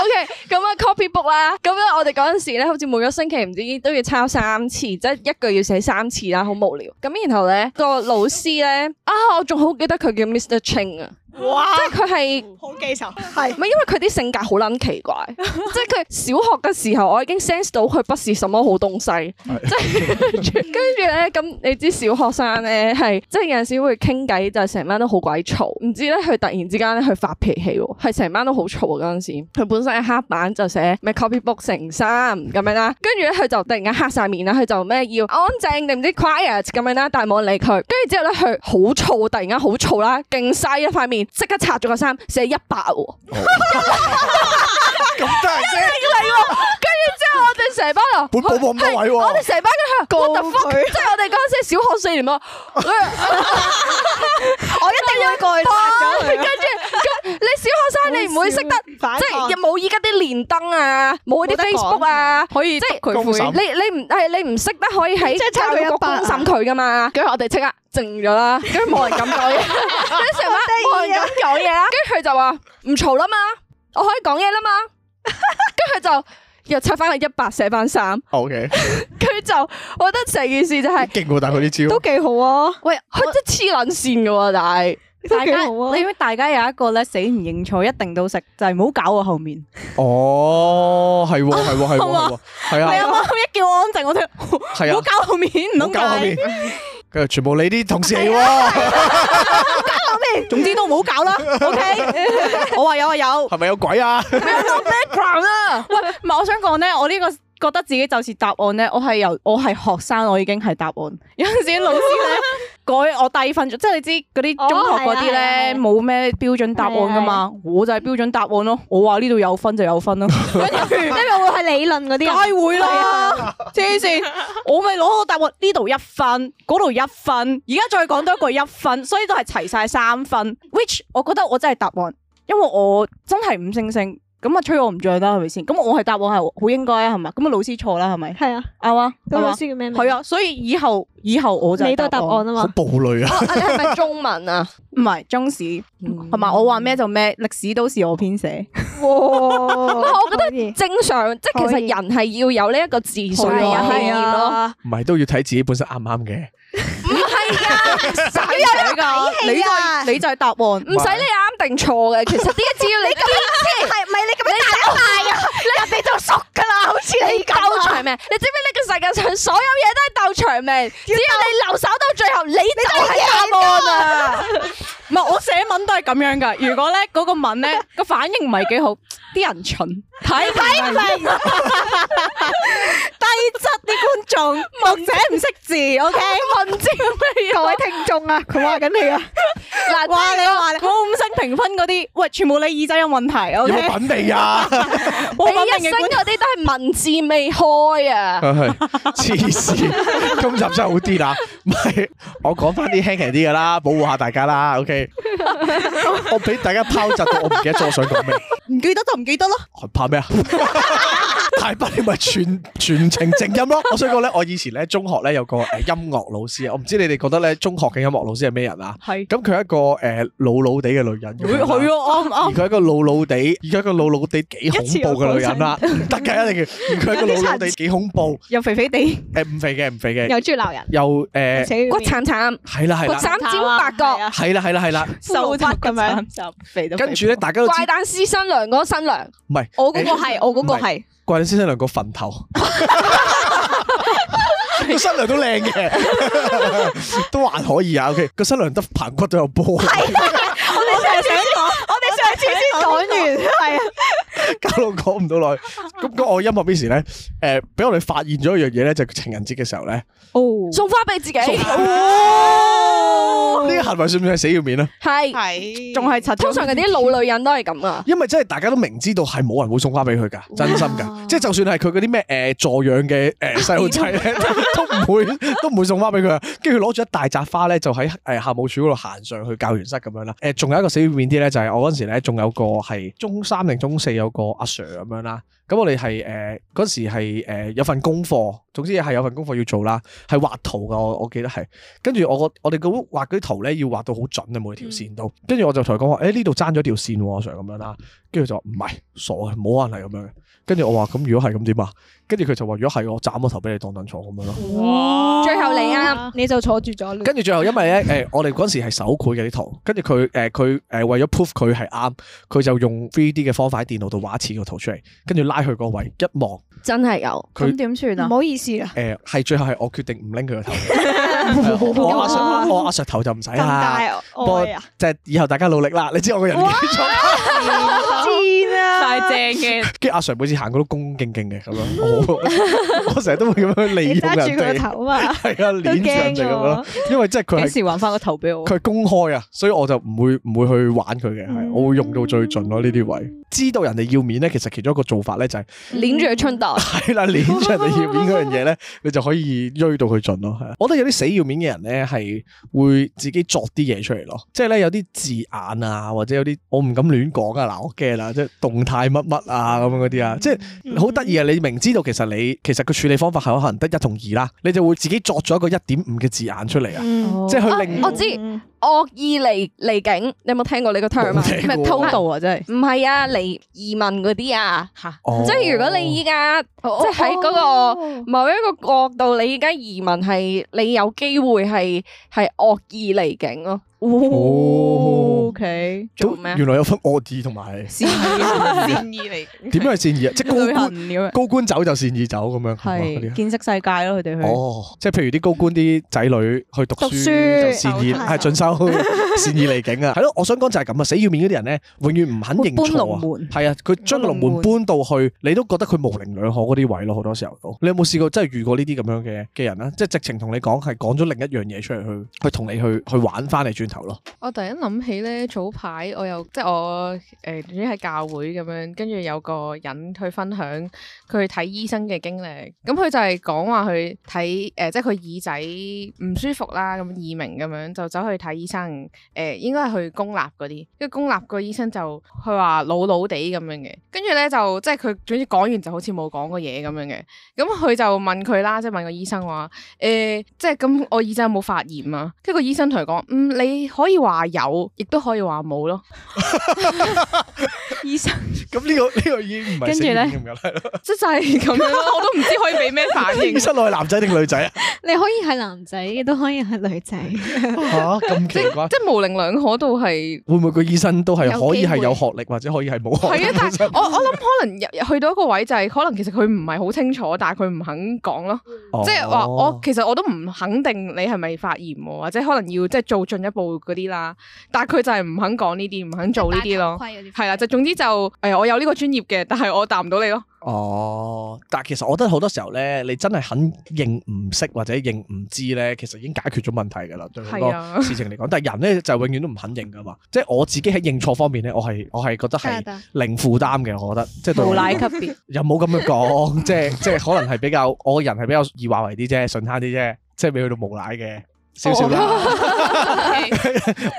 D: OK，咁啊 copy book 啦，咁樣我哋嗰陣時咧，好似每個星期唔知都要抄三次，即係一句要寫三次啦，好無聊。咁然後咧個老師咧，啊我仲好記得佢叫 Mr. Ching 啊，
F: 哇！
D: 即係佢係
F: 好記仇，係
D: 唔係因為佢啲性格好撚奇怪，即係佢小學嘅時候，我已經 sense 到佢不是什麼好東西，即係跟住咧，咁你知小學生咧係即係有陣時會傾偈，就係成班都好鬼嘈，唔知咧佢突然之間咧佢發脾氣喎，係成班都好嘈啊嗰陣時，佢本身喺黑板就寫咩 copy book 成三咁樣啦，跟住咧佢就突然間黑晒面啦，佢就咩要安靜定唔知 quiet 咁樣啦，但係冇人理佢，跟住之後咧佢好燥，突然間好燥啦，勁嘥一塊面，即刻拆咗個衫寫一百喎。
A: 咁都係啫。
D: 之後我哋成班啊，
A: 本簿冇咁多位喎
D: 係我哋成班都係 what the fuck，即係我哋嗰陣時小學四年 <laughs> 啊，
F: 我一定會過去拍咗
D: 跟
F: 佢。
D: 住跟你小學生你唔會識得，
F: 即
D: 即係又冇而家啲連登啊，冇啲 Facebook 啊。
B: 可以
D: 即係
B: 佢
A: 公
B: <laughs>
A: 審
D: 你你唔係你唔識得可以喺
F: 即係差
D: 教
F: 佢
D: 育局
F: 一百
D: 公
F: 啊
D: 審佢噶嘛？跟住我哋即刻靜咗啦，跟住冇人敢
B: <laughs>
D: 講嘢，你 <laughs> 成班冇人敢講嘢 <laughs> 啦。跟住佢就話唔嘈啦嘛，我可以講嘢 <laughs> 啦嘛。跟住佢就又拆翻去一百寫翻三，
A: O K，
D: 佢就我覺得成件事就係。
A: 勁喎，但係佢啲招
F: 都幾好啊，
D: 喂，佢真係黐撚線嘅喎，但係
F: 都
B: 大
F: 幾
B: 家，
F: 好啊
B: 你。知大家有一個咧死唔認錯，一定都識，就係唔好搞我後面。
A: 哦，係喎，係喎，係喎，係喎，係
B: 係啊，
A: 啊，
B: 我一叫我安靜，我聽唔
A: 係
B: 好
A: 啊，
B: 搞後面，唔
A: 唔
B: 啊
A: 好
B: 好
A: 搞後
B: 搞。
A: 面，佢全部你啲同事嚟喎，
F: 搞咩
B: 先，總之都唔好搞 <laughs> 啦。OK，我話 <laughs> 有啊有，
A: 係咪有鬼啊？
B: background
E: <laughs>
B: 啦。喂，唔係我想講咧，我呢、個覺得自己就是答案咧，我係由我係學生，我已經係答案。 <laughs> 有陣時老師咧 <laughs> 改我低分咗，即係你知嗰啲中學嗰啲
F: 哦係啊
B: 咧
F: 係啊
B: 冇咩標準答案噶嘛，
F: 啊
B: 我就係標準答案咯。我話呢度有分就有
F: <laughs>
B: 分咯，
F: 因為會係理論嗰啲啊
B: 梗
F: 人，
B: 係會啦，黐線！我咪攞個答案呢度一分，嗰度一分，而家再講多一個一分，所以都係齊晒三分。which 我覺得我真係答案，因為我真係五星星，咁啊吹我唔漲啦，係咪先？咁我係答案係好應該啊，係嘛？咁啊老師錯啦，係咪？
F: 係啊，
B: 啱啊，
F: 咁
B: 係
F: 老
B: 嘛
F: 師？叫咩名？
B: 係啊，所以以後以後我就係
F: 你都係答案啊
A: 好
F: 嘛，
A: 暴戾啊！
D: 啊你係 <laughs> 咪中文啊？
B: 唔係中史，同埋我話咩就咩，歷史都是我編寫。
F: 我
D: 覺
F: 得係
D: 正常，即係其實
F: 可以
D: 人係要有呢一個自信
B: 可以
D: 啊，
B: 可以
D: 經驗咯。
F: 啊，
A: 唔係都要睇自己本身啱唔啱嘅。
D: 唔係啊，唔使
B: 係
F: 啊
B: 噶，你就係你就係答案，
D: 唔使你啱定錯嘅，其實啲嘢只要你堅持，
F: 係咪你咁樣大嗌啊？人哋就熟噶啦，好似你
D: 鬥長命。你知唔知呢個世界上所有嘢都係鬥長命？只要你留守到最後，你就係答案啊！
B: <laughs> 唔係我寫文都係咁樣噶。如果咧嗰個文咧個反應唔係幾好，啲人蠢，睇睇唔明，低質啲觀眾，讀者唔識字，OK？
D: 文字咩
F: 各位聽眾啊，佢話緊你啊，
D: 嗱，
B: 哇！你話冇五星評分嗰啲，喂，全部你耳仔有問題
A: 有
B: ，OK？
A: 冇品味
B: <laughs>
A: 啊？
B: 我
D: 你
B: 問
D: 一啊
B: 明
D: 生
B: 嘅觀眾
D: 嗰啲都係文字未開啊！
A: 係黐線，今集真係好癲啊！唔係，我講翻啲輕騎啲嘅啦，保護下大家啦。OK，我俾大家拋窒到，我唔記得咗我想講咩，
B: 唔記得就唔記得咯。
A: 我怕
B: <laughs>
A: 咩啊？大不你咪全全程靜音咯！我想講咧，我以前咧中學咧有個誒音樂老師啊，我唔知你哋覺得咧中學嘅音樂老師係咩人啊？
B: 係，
A: 咁佢係一個誒老老地嘅女人咁樣
B: 會
A: 啦，
B: 係啊，啱
A: 而
B: 啱。
A: 佢係一個老老地，而佢係一個老老地幾恐怖嘅女人啦，唔得嘅一定要。而佢係一個老老地幾恐怖，
B: 又肥肥地，
A: 誒唔肥嘅唔肥嘅，
F: 又中意鬧人，
A: 又誒
F: 死
D: <laughs> 骨慘慘，
A: 係啦係
D: 骨
A: 啦，
D: 斬尖八
B: 啊
D: 角，
A: 係啦啊係啦係啦，
B: 瘦骨咁樣，就肥到。
A: 跟住咧，，大家都知
D: 怪誕師新娘嗰個新娘，
A: 唔係
F: 我嗰個係，我嗰個係，
A: 怪你先生娘個墳頭，個新娘都靚嘅， <laughs> 都還可以啊。OK，個新娘得棚骨都有波，
F: 我哋上次先講，我哋上次先講完，係啊，
A: <laughs> 搞到講唔到耐。咁講我音樂 miss 咧，誒俾我哋發現咗一樣嘢咧，就係情人節嘅時候咧，
B: 哦
D: 送花俾自己，
A: 呢個行為算唔算係死要面啊？
D: 係
E: 係
B: 仲係柒咗。
D: 通常嗰啲老女人都係咁啊。
A: 因為真係大家都明知道係冇人會送花俾佢噶，真心噶，即係就算係佢嗰啲咩誒助養嘅誒細路仔咧，都唔會都唔會送花俾佢啊。跟住攞住一大扎花咧，就喺誒校務處嗰度行上去教員室咁樣啦。誒，仲有一個死要面啲咧，就係我嗰陣時咧，仲有個係中三定中四有個阿 Sir 咁樣啦。咁我哋係誒嗰時係誒有份功課，總之係有份功課要做啦，係畫圖噶，我我記得係。跟住我個我哋嗰幅畫嗰啲圖咧，要畫到好準啊，每條線都。跟住我就同佢講話，誒呢度爭咗條線喎，阿 Sir 咁樣啦。跟住佢就話唔係傻嘅，冇可能係咁樣嘅。跟住我話咁如果係咁點啊？跟住佢就話如果係我斬個頭俾你當凳坐咁樣咯。
F: 嗯
D: 最後你啱，
F: 你就坐住咗啦，
A: 跟住最後因為 <laughs> 咧誒、我哋嗰時係手繪嘅啲圖，跟住佢誒佢誒為咗 proof 佢係啱，佢就用 3D 嘅方法喺電腦度畫一次個圖出嚟，跟住拉去個位一望。
D: 真係有。
A: 佢
B: 咁點算啊
F: 唔？好意思啦，
A: 誒係最後係我決定唔拎佢個頭嘅，
F: <laughs>
A: 我阿 Sir 我阿 Sir 頭就唔使
F: 咁大
A: 啦，哎不過
F: <laughs> 愛啊，
A: 即係以後大家努力啦。你知我個人幾重，
F: 知 <laughs>
B: 太
F: 啊，
B: 正嘅，
A: <laughs> 跟住阿 Sir 每次行過都恭恭敬敬嘅咁樣，我我成日都會咁樣利用
F: 你揸住佢
A: 人
F: 個
A: 哋，
F: 頭啊嘛，
A: 係啊，
F: 都
A: 攆上人哋咁
F: 驚
A: 樣
F: 我
A: 咯，。因為即係佢
B: 幾
A: 係
B: 時還翻個頭俾我？
A: 佢係公開啊，所以我就唔會唔會去玩佢嘅，
D: 嗯
A: 係我會用到最盡咯呢啲位。知道人哋要面咧，其實其中一個做法咧就係 <laughs>
D: 捏住佢春袋，
B: 嗯
A: 係啦，攆住人哋要面嗰樣嘢咧，你就可以追到佢盡咯。係啊，我覺得有啲死要面嘅人咧，係會自己作啲嘢出嚟咯，即係咧有啲字眼啊，或者有啲我唔敢亂講啊，嗱我驚啦，即係動態乜乜啊咁樣嗰
D: 嗯
A: 啲啊，即係好得意啊！你明知道其實你其實個處理方法係可能得一同二啦，你就會自己作咗一個一點五嘅字眼出嚟
D: 嗯
A: 啊，
F: 嗯
E: 哦
A: 即係去令
D: 我知惡意離離境，你有冇聽過呢個 term
A: 冇
D: 啊？
A: 聽過
D: 咪
B: 偷渡啊，真係
D: 唔係啊，離移民嗰啲啊，
A: 哦
D: 即係如果你依家即
B: 哦
D: 係喺
F: 哦
D: 嗰個某一個角度，你依家移民係你有機會係係惡意離境咯。
A: 哦
B: O K，
A: 都
D: 做咩啊
A: 原來有分惡意同
B: <laughs>
A: 埋
B: 善意善意嚟，
A: 點樣係善意啊？即係
B: 旅
A: 高
B: 行
A: 官
B: 咁樣，
A: 高官走就善意走咁樣，係嘛嗰啲
B: 係
A: 啊
B: 見識世界咯，佢哋去。
A: 哦，即係譬如啲高官啲仔女去讀
F: 讀
A: 書
F: 書
A: 就善意係進修善意離境啊，係咯，我想講就係咁啊，死要面嗰啲人咧，永遠唔肯認
B: 搬
A: 錯
B: 龍
A: 啊。
B: 門，
A: 係啊，佢將個龍門搬到去，你都覺得佢模棱兩可嗰啲位咯，好多時候都。你有冇試過真係遇過呢啲咁樣嘅嘅人啊？即係直情同你講係講咗另一樣嘢出嚟，去去同你去去玩翻嚟轉頭咯。
E: 我突然諗起咧，早排我又即係我誒，總之喺教會咁樣，跟住有個人去分享佢睇醫生嘅經歷。咁佢就係講話佢睇誒，即係佢耳仔唔舒服啦，咁耳鳴咁樣就走去睇醫生。誒、應該係去公立嗰啲，跟住公立個醫生就佢話老老地咁樣嘅，跟住咧就即係佢總之講完就好似冇講過嘢咁樣嘅。咁佢就問佢啦，即係問個醫生話。誒、呃即係咁，我耳仔有冇發炎啊？跟住個醫生同佢講，嗯，你可以話有，亦都可以話冇咯。 <laughs>
B: 醫生
A: 咁呢個呢個已經唔係
B: 跟住呢
A: 死面咁樣啦。
E: 即係咁樣咯，我都唔知可以俾 <laughs> 咩反
A: <laughs>
E: 應
A: 醫。生落去男仔定女仔啊？
F: 你可以係男仔，亦都可以係女
A: <laughs>
F: 仔。
A: 吓咁
E: 即
A: 奇怪，
E: 即係模棱兩可到係。
A: 會唔會個醫生都係可以係有
E: 有機會
A: 學歷或者可以係冇學
E: 係
A: 歷
E: 啊，
A: <laughs>
E: 但係我我諗可能入去到一個位就係、可能其實佢唔係好清楚，但係佢唔肯講咯。
A: 哦
E: 即係話我其實我都唔肯定你係咪發炎喎，或者可能要即係做進一步嗰啲啦。但係佢就係唔肯講呢啲，唔肯做呢啲咯。係啦，就總之就誒、我有呢個專業嘅，但係我答唔到你咯。
A: 哦，但係其實我覺得好多時候咧，你真係肯認唔識或者認唔知咧，其實已經解決咗問題㗎啦。對好
E: 係
A: 多
E: 啊。
A: 事情嚟講，但係人咧就永遠都唔肯認㗎嘛。即係我自己喺認錯方面咧，我係我係覺得
C: 啊
A: 係
F: 得
A: 零負擔嘅，我覺得即係對我
B: 無賴級 <laughs> 別，
A: 又冇咁樣講， <laughs> 即係即係可能係比較我個人係比較易話為啲啫，順攤啲啫，即係未去到無賴嘅少少 <laughs> 啦。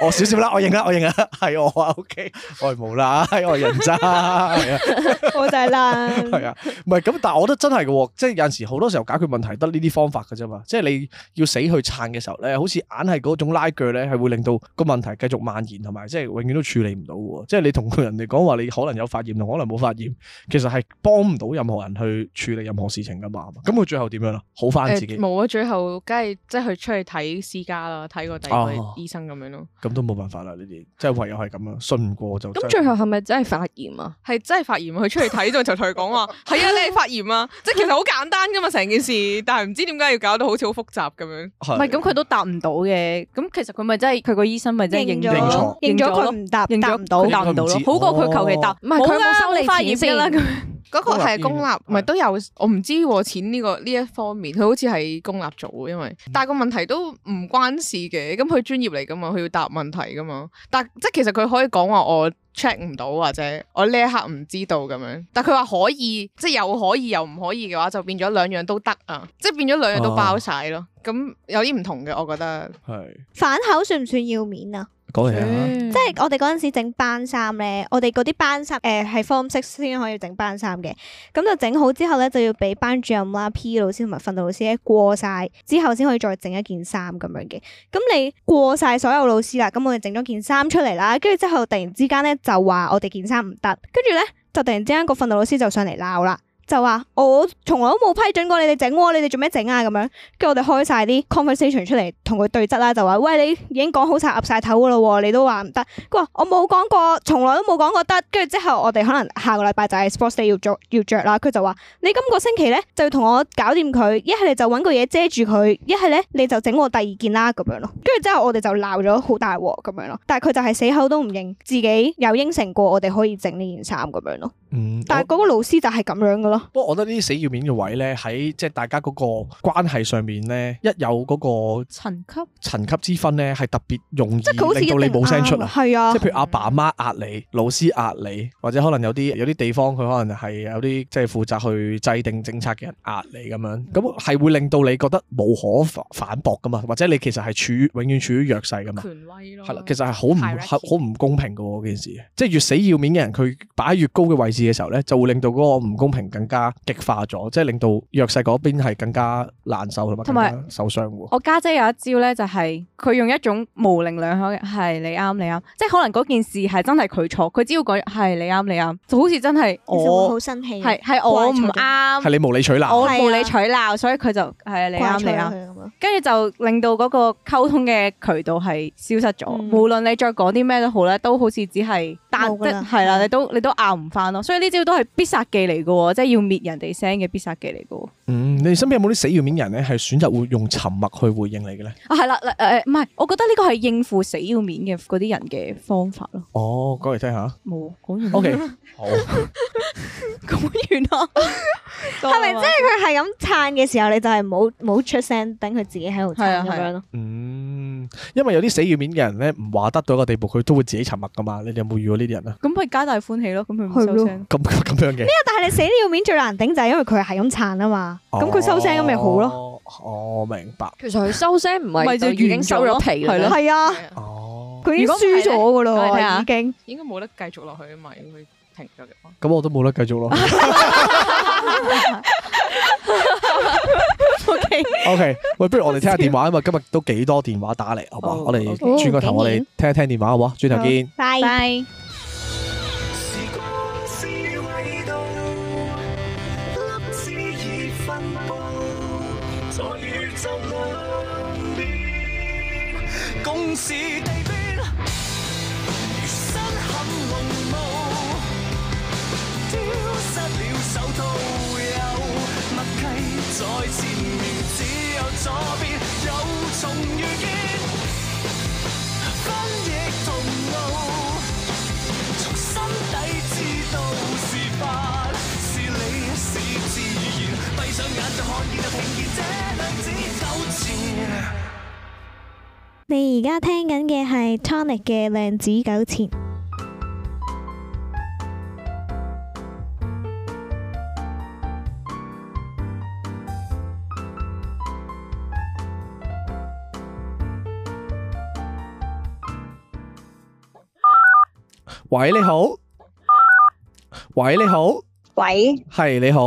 A: 我哦少少啦，我認啦，我認啦，係我啊，OK，我係無賴，我係人渣，係啊。
F: 我就係啦。
A: 係啊，唔係咁，但係我覺得真係嘅喎，即係有陣時好多時候解決問題得呢啲方法嘅啫嘛，即係你要死去撐嘅時候咧，好似硬係嗰種拉鋸咧，係會令到個問題繼續蔓延，同埋即係永遠都處理唔到嘅喎。即係你同人哋講話你可能有發炎同可能冇發炎，其實係幫唔到任何人去處理任何事情噶嘛。咁佢最後點樣啦？好翻自己
E: 誒冇啊，最後梗係即係佢出去睇私家啦，睇個第二個
A: 哦
E: 醫生咁樣咯，
A: 咁都冇辦法啦，呢啲即係唯有係咁啦，啊信唔過就真係
D: 咁最後係咪真係發炎啊？
E: 係真係發炎，佢出去睇咗就同佢
A: <laughs>
E: 講話，係啊，你係發炎啊，即係其實好簡單噶嘛成件事，但係唔知點解要搞到好似好複雜咁樣。
B: 唔係咁佢都答唔到嘅。咁其實佢咪真係佢個醫生咪真係
F: 認
B: 認
A: 認錯
B: 咗
F: 咗，認咗佢
B: 咯
F: 唔答，
B: 認
F: 答
B: 咗
F: 唔到
A: 佢。
B: 答唔到
A: 佢
B: 咯
A: 唔，知
B: 好過佢求其答。
D: 唔係佢有冇
B: 啊
D: 收你
B: 發炎
D: 錢
B: 㗎
D: 先
B: 啦咁 <laughs>
E: 嗰個
A: 公立醫
E: 係
A: 院
E: 公立，唔係都有，我唔知喎錢呢個呢一方面，佢好似係公立組，因為但係個問題都唔關事嘅，咁佢專業嚟噶嘛，佢要答問題噶嘛，但即係其實佢可以講話我 check 唔到或者我呢一刻唔知道咁樣，但佢話可以，即係又可以又唔可以嘅話，就變咗兩樣都得啊，即係變咗兩樣都包晒咯，咁有啲唔同嘅，我覺得
A: 係
F: 反口算唔算要面啊？
A: 講嚟啊，
F: 即係我哋嗰陣時整班衫咧，我哋嗰啲班衫誒係 form six 先可以整班衫嘅，咁就整好之後咧就要俾班主任啦、P 老師同埋訓導老師咧過晒之後先可以再整一件衫咁樣嘅。咁你過晒所有老師啦，咁我哋整咗件衫出嚟啦，跟住之後突然之間咧就話我哋件衫唔得，跟住咧就突然之間個訓導老師就上嚟鬧啦。就話我從來都冇批准過你哋整喎，你哋做咩整啊咁樣？跟住我哋開晒啲 conversation 出嚟同佢對質啦，就話喂你已經講好晒岌晒頭噶啦喎，你都話唔得。佢話我冇講過，從來都冇講過得。跟住之後，我哋可能下個禮拜就係 sports day 要着要着啦。佢就話：你今個星期咧就要同我搞掂佢，一係你就揾個嘢遮住佢，一係咧你就整我第二件啦咁樣咯。跟住之後我哋就鬧咗好大鑊咁樣咯。但係佢就係死口都唔認，自己有應承過我哋可以整呢件衫咁樣咯。
A: 嗯，
F: 但係嗰個老師就係咁樣噶咯。
A: 不過我覺得呢啲死要面嘅位咧，喺即係大家嗰個關係上面咧，一有嗰個
B: 層級
A: 層級之分咧，係特別容易
F: 即係佢好似
A: 令到你冇聲出啊！
F: 係啊
A: 即係，譬如阿爸阿媽壓你，老師壓你，或者可能有啲有啲地方佢可能係有啲即係負責去制定政策嘅人壓你咁樣，咁係會令到你覺得無可反反駁噶嘛，或者你其實係處於永遠處於弱勢噶嘛。
E: 權威咯
A: 係啦，其實係好唔
E: Hierarchy
A: 好唔公平嘅喎，嗰件事，即係越死要面嘅人，佢擺喺越高嘅位置置嘅時候咧，就會令到嗰個唔公平更加激化咗，即係令到弱勢嗰邊係更加難受同埋更
B: 同埋
A: 加受傷喎。
B: 我家姐有一招咧，就係佢用一種模棱兩可嘅，係你啱你啱，即係可能嗰件事係真係佢錯，佢只要講係你啱你啱，就好似真係
F: 其實會
B: 我
F: 好生氣，
B: 係係我唔啱，
A: 係你無理取鬧，
B: 我
F: 係啊
B: 無理取鬧，所以佢就係你啱你
F: 怪錯
B: 啱，
F: 佢咁樣啊
B: 跟住就令到嗰個溝通嘅渠道係消失咗。
F: 嗯
B: 無論你再講啲咩都好咧，都好似只係單
F: 冇㗎啦
B: 係
F: 係
B: 啦，你都你都拗唔翻咯。所以呢招都係必殺技嚟嘅喎，即係要滅人哋聲嘅必殺技嚟嘅喎。
A: 嗯，你身邊有冇啲死要面人咧，係選擇會用沉默去回應你嘅咧？
B: 啊，係啦，誒、誒唔係，我覺得呢個係應付死要面嘅嗰啲人嘅方法咯。
A: 哦，講嚟聽下。
B: 冇講完
A: O K，好， <laughs>
B: <laughs> 講完啦，
F: 係咪即係佢係咁撐嘅時候，你就係冇冇出聲，等佢自己喺度撐
B: 嗯係啊
F: 咁樣咯？
A: 嗯，因為有啲死要面嘅人咧，唔話得到一個地步，佢都會自己沉默噶嘛。你哋有冇遇過呢啲人啊？
B: 咁咪皆大歡喜咯？咁佢唔收聲，
A: 咁咁樣嘅，
F: 但係你死都要面最難頂就係因為佢係咁撐啊嘛，
B: 哦
F: 咁佢收聲咁咪好咯。
A: 咯。哦，明白。
D: 其實佢收聲唔
B: 咪
D: 係
B: 就
D: 就已經
B: 完咗
D: 收咗皮啦
B: 係
D: 咩
B: 咯。
F: 係啊，
A: 哦，
F: 佢已經
B: 如果唔係
F: 輸
B: 咧
F: 咗噶
B: 我哋睇
F: 咯，
B: 下
F: 已經。
E: 應該冇得繼續落去啊嘛，如果佢停咗嘅話。
A: 咁我都冇得繼 <laughs>
F: <laughs>
A: 續咯。
B: O K，
A: O K，喂，不如我哋聽下電話啊嘛，今日都幾多電話打嚟，好嘛？
B: 哦
A: 我哋
B: OK
A: 轉個頭，我哋聽一聽電話，好嘛？轉頭見。
F: 拜。
B: 拜。
H: 是公司味道，粒子已分布在宇宙兩面，共是地邊，如身陷濃霧，丟失了手套，有默契在前面，只有左邊有重遇見，分亦同路。從心底知道是法，是理是自然。閉上眼就看見就聽見這兩字糾纏。
F: 你而家聽緊嘅係 Tonic 嘅量子糾纏。
A: 喂，你好。喂，你好。
I: 喂，
A: 係你好，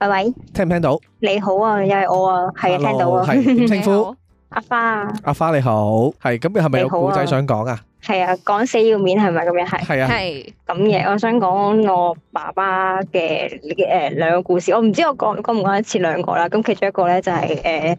I: 喂喂，
A: 聽唔聽到？
I: 你好啊，又係我啊，係啊，聽到
A: Hello，
I: 啊，
A: 係
G: <laughs>
A: 點稱呼？
I: 阿花啊，
A: 阿花你好，係咁，你係咪有
I: 你好啊
A: 古仔想講啊？
I: 係啊，講死要面係咪咁樣係？
A: 係啊，
D: 係
I: 咁嘅，我想講我爸爸嘅誒兩個故事，我唔知我講講唔講一次兩個啦。咁其中一個咧就係、誒，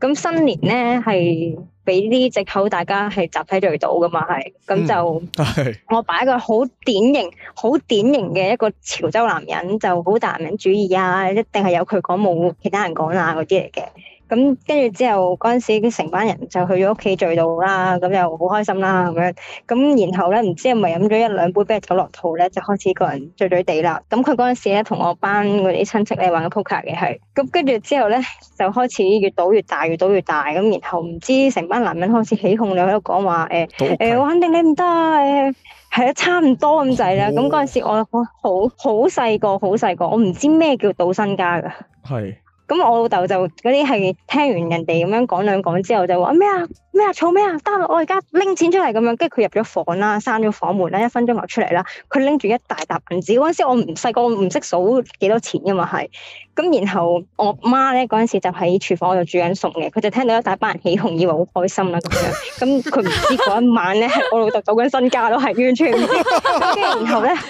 I: 咁、新年咧係俾呢啲藉口大家係集體聚到噶嘛，係咁就。
A: 係
I: 我爸一個好典型、好典型嘅一個潮州男人，就好大男人主義啊，一定係有佢講冇其他人講啊嗰啲嚟嘅。咁跟住之後嗰陣時，成班人就去咗屋企聚到啦，咁又好開心啦咁樣。咁然後咧，唔知係咪飲咗一兩杯啤酒落肚咧，就開始個人醉醉地啦。咁佢嗰陣時咧，同我班嗰啲親戚咧玩緊 poker 嘅係。咁跟住之後咧，就開始越賭越大，越賭越大。咁然後唔知成班男人開始起哄，你喺度講話誒。
A: 到屋
I: 誒、我肯定你唔得啊！誒係啊，差唔多咁滯啦。
J: 哦
I: 咁嗰陣時我我好好細個，好細個，我唔知咩叫賭身家㗎。
A: 係
I: 咁我老豆就嗰啲係聽完人哋咁樣講兩講之後就話咩啊咩啊儲咩啊得啦，我而家拎錢出嚟咁樣，跟住佢入咗房啦，閂咗房門啦，一分鐘後出嚟啦，佢拎住一大沓銀紙。嗰陣時我唔細個，我唔識數幾多錢噶嘛係。咁然後我媽咧嗰陣時就喺廚房度煮緊餸嘅，佢就聽到一大班人起哄，以為好開心啦咁樣。咁佢唔知嗰一晚咧係我老豆賭緊身家咯，係完全唔知。咁跟住然後咧好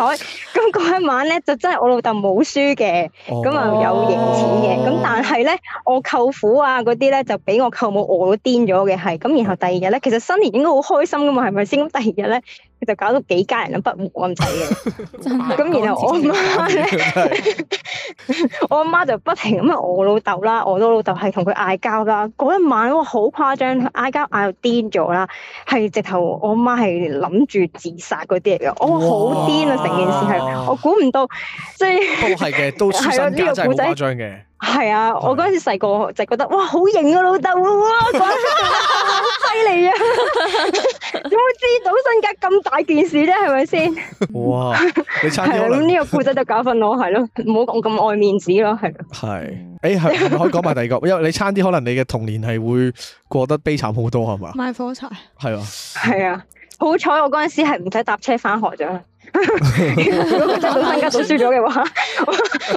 I: 好彩，咁嗰一晚咧就真係我老豆冇輸嘅。咁啊
A: 哦
I: 有贏錢嘅，咁但係咧，我舅父啊嗰啲咧就俾我舅母餓到癲咗嘅係，咁然後第二日咧，其實新年應該好開心噶嘛，係咪先？咁第二日咧，佢就搞到幾家人都不和咁滯嘅，咁然後我媽 <laughs> 咧。我阿媽就不停咁樣我老豆啦，我到老豆係同佢嗌交啦。嗰一晚哇，好誇張，嗌交嗌到癲咗啦，係直頭我阿媽係諗住自殺嗰啲嚟嘅。我
A: 哇
I: 好癲啊！成件事係我估唔到，即係
A: 都係嘅，都輸身
I: 係啊
A: 家
I: 呢
A: 真
I: 個
A: 係好
I: 古仔
A: 誇張嘅。
I: 係啊！我嗰陣時細個就覺得哇，好型啊老豆哇，講得好犀利 <laughs> 啊！點會知道身家咁大件事啫？係咪先？
A: 哇！你差啲
I: 係啊
A: 可
I: 咁
A: 能
I: 呢個故仔就教訓我係咯，唔好講咁愛面子咯，係咯。啊
A: 係，誒係係咪可以講埋第二個？ <laughs> 因為你差啲可能你嘅童年係會過得悲慘好多係嘛？
G: 賣火柴。
A: 係啊，
I: <laughs> 係啊，好彩我嗰陣時係唔使搭車翻學咋，如果佢真係到身家到輸咗嘅話，我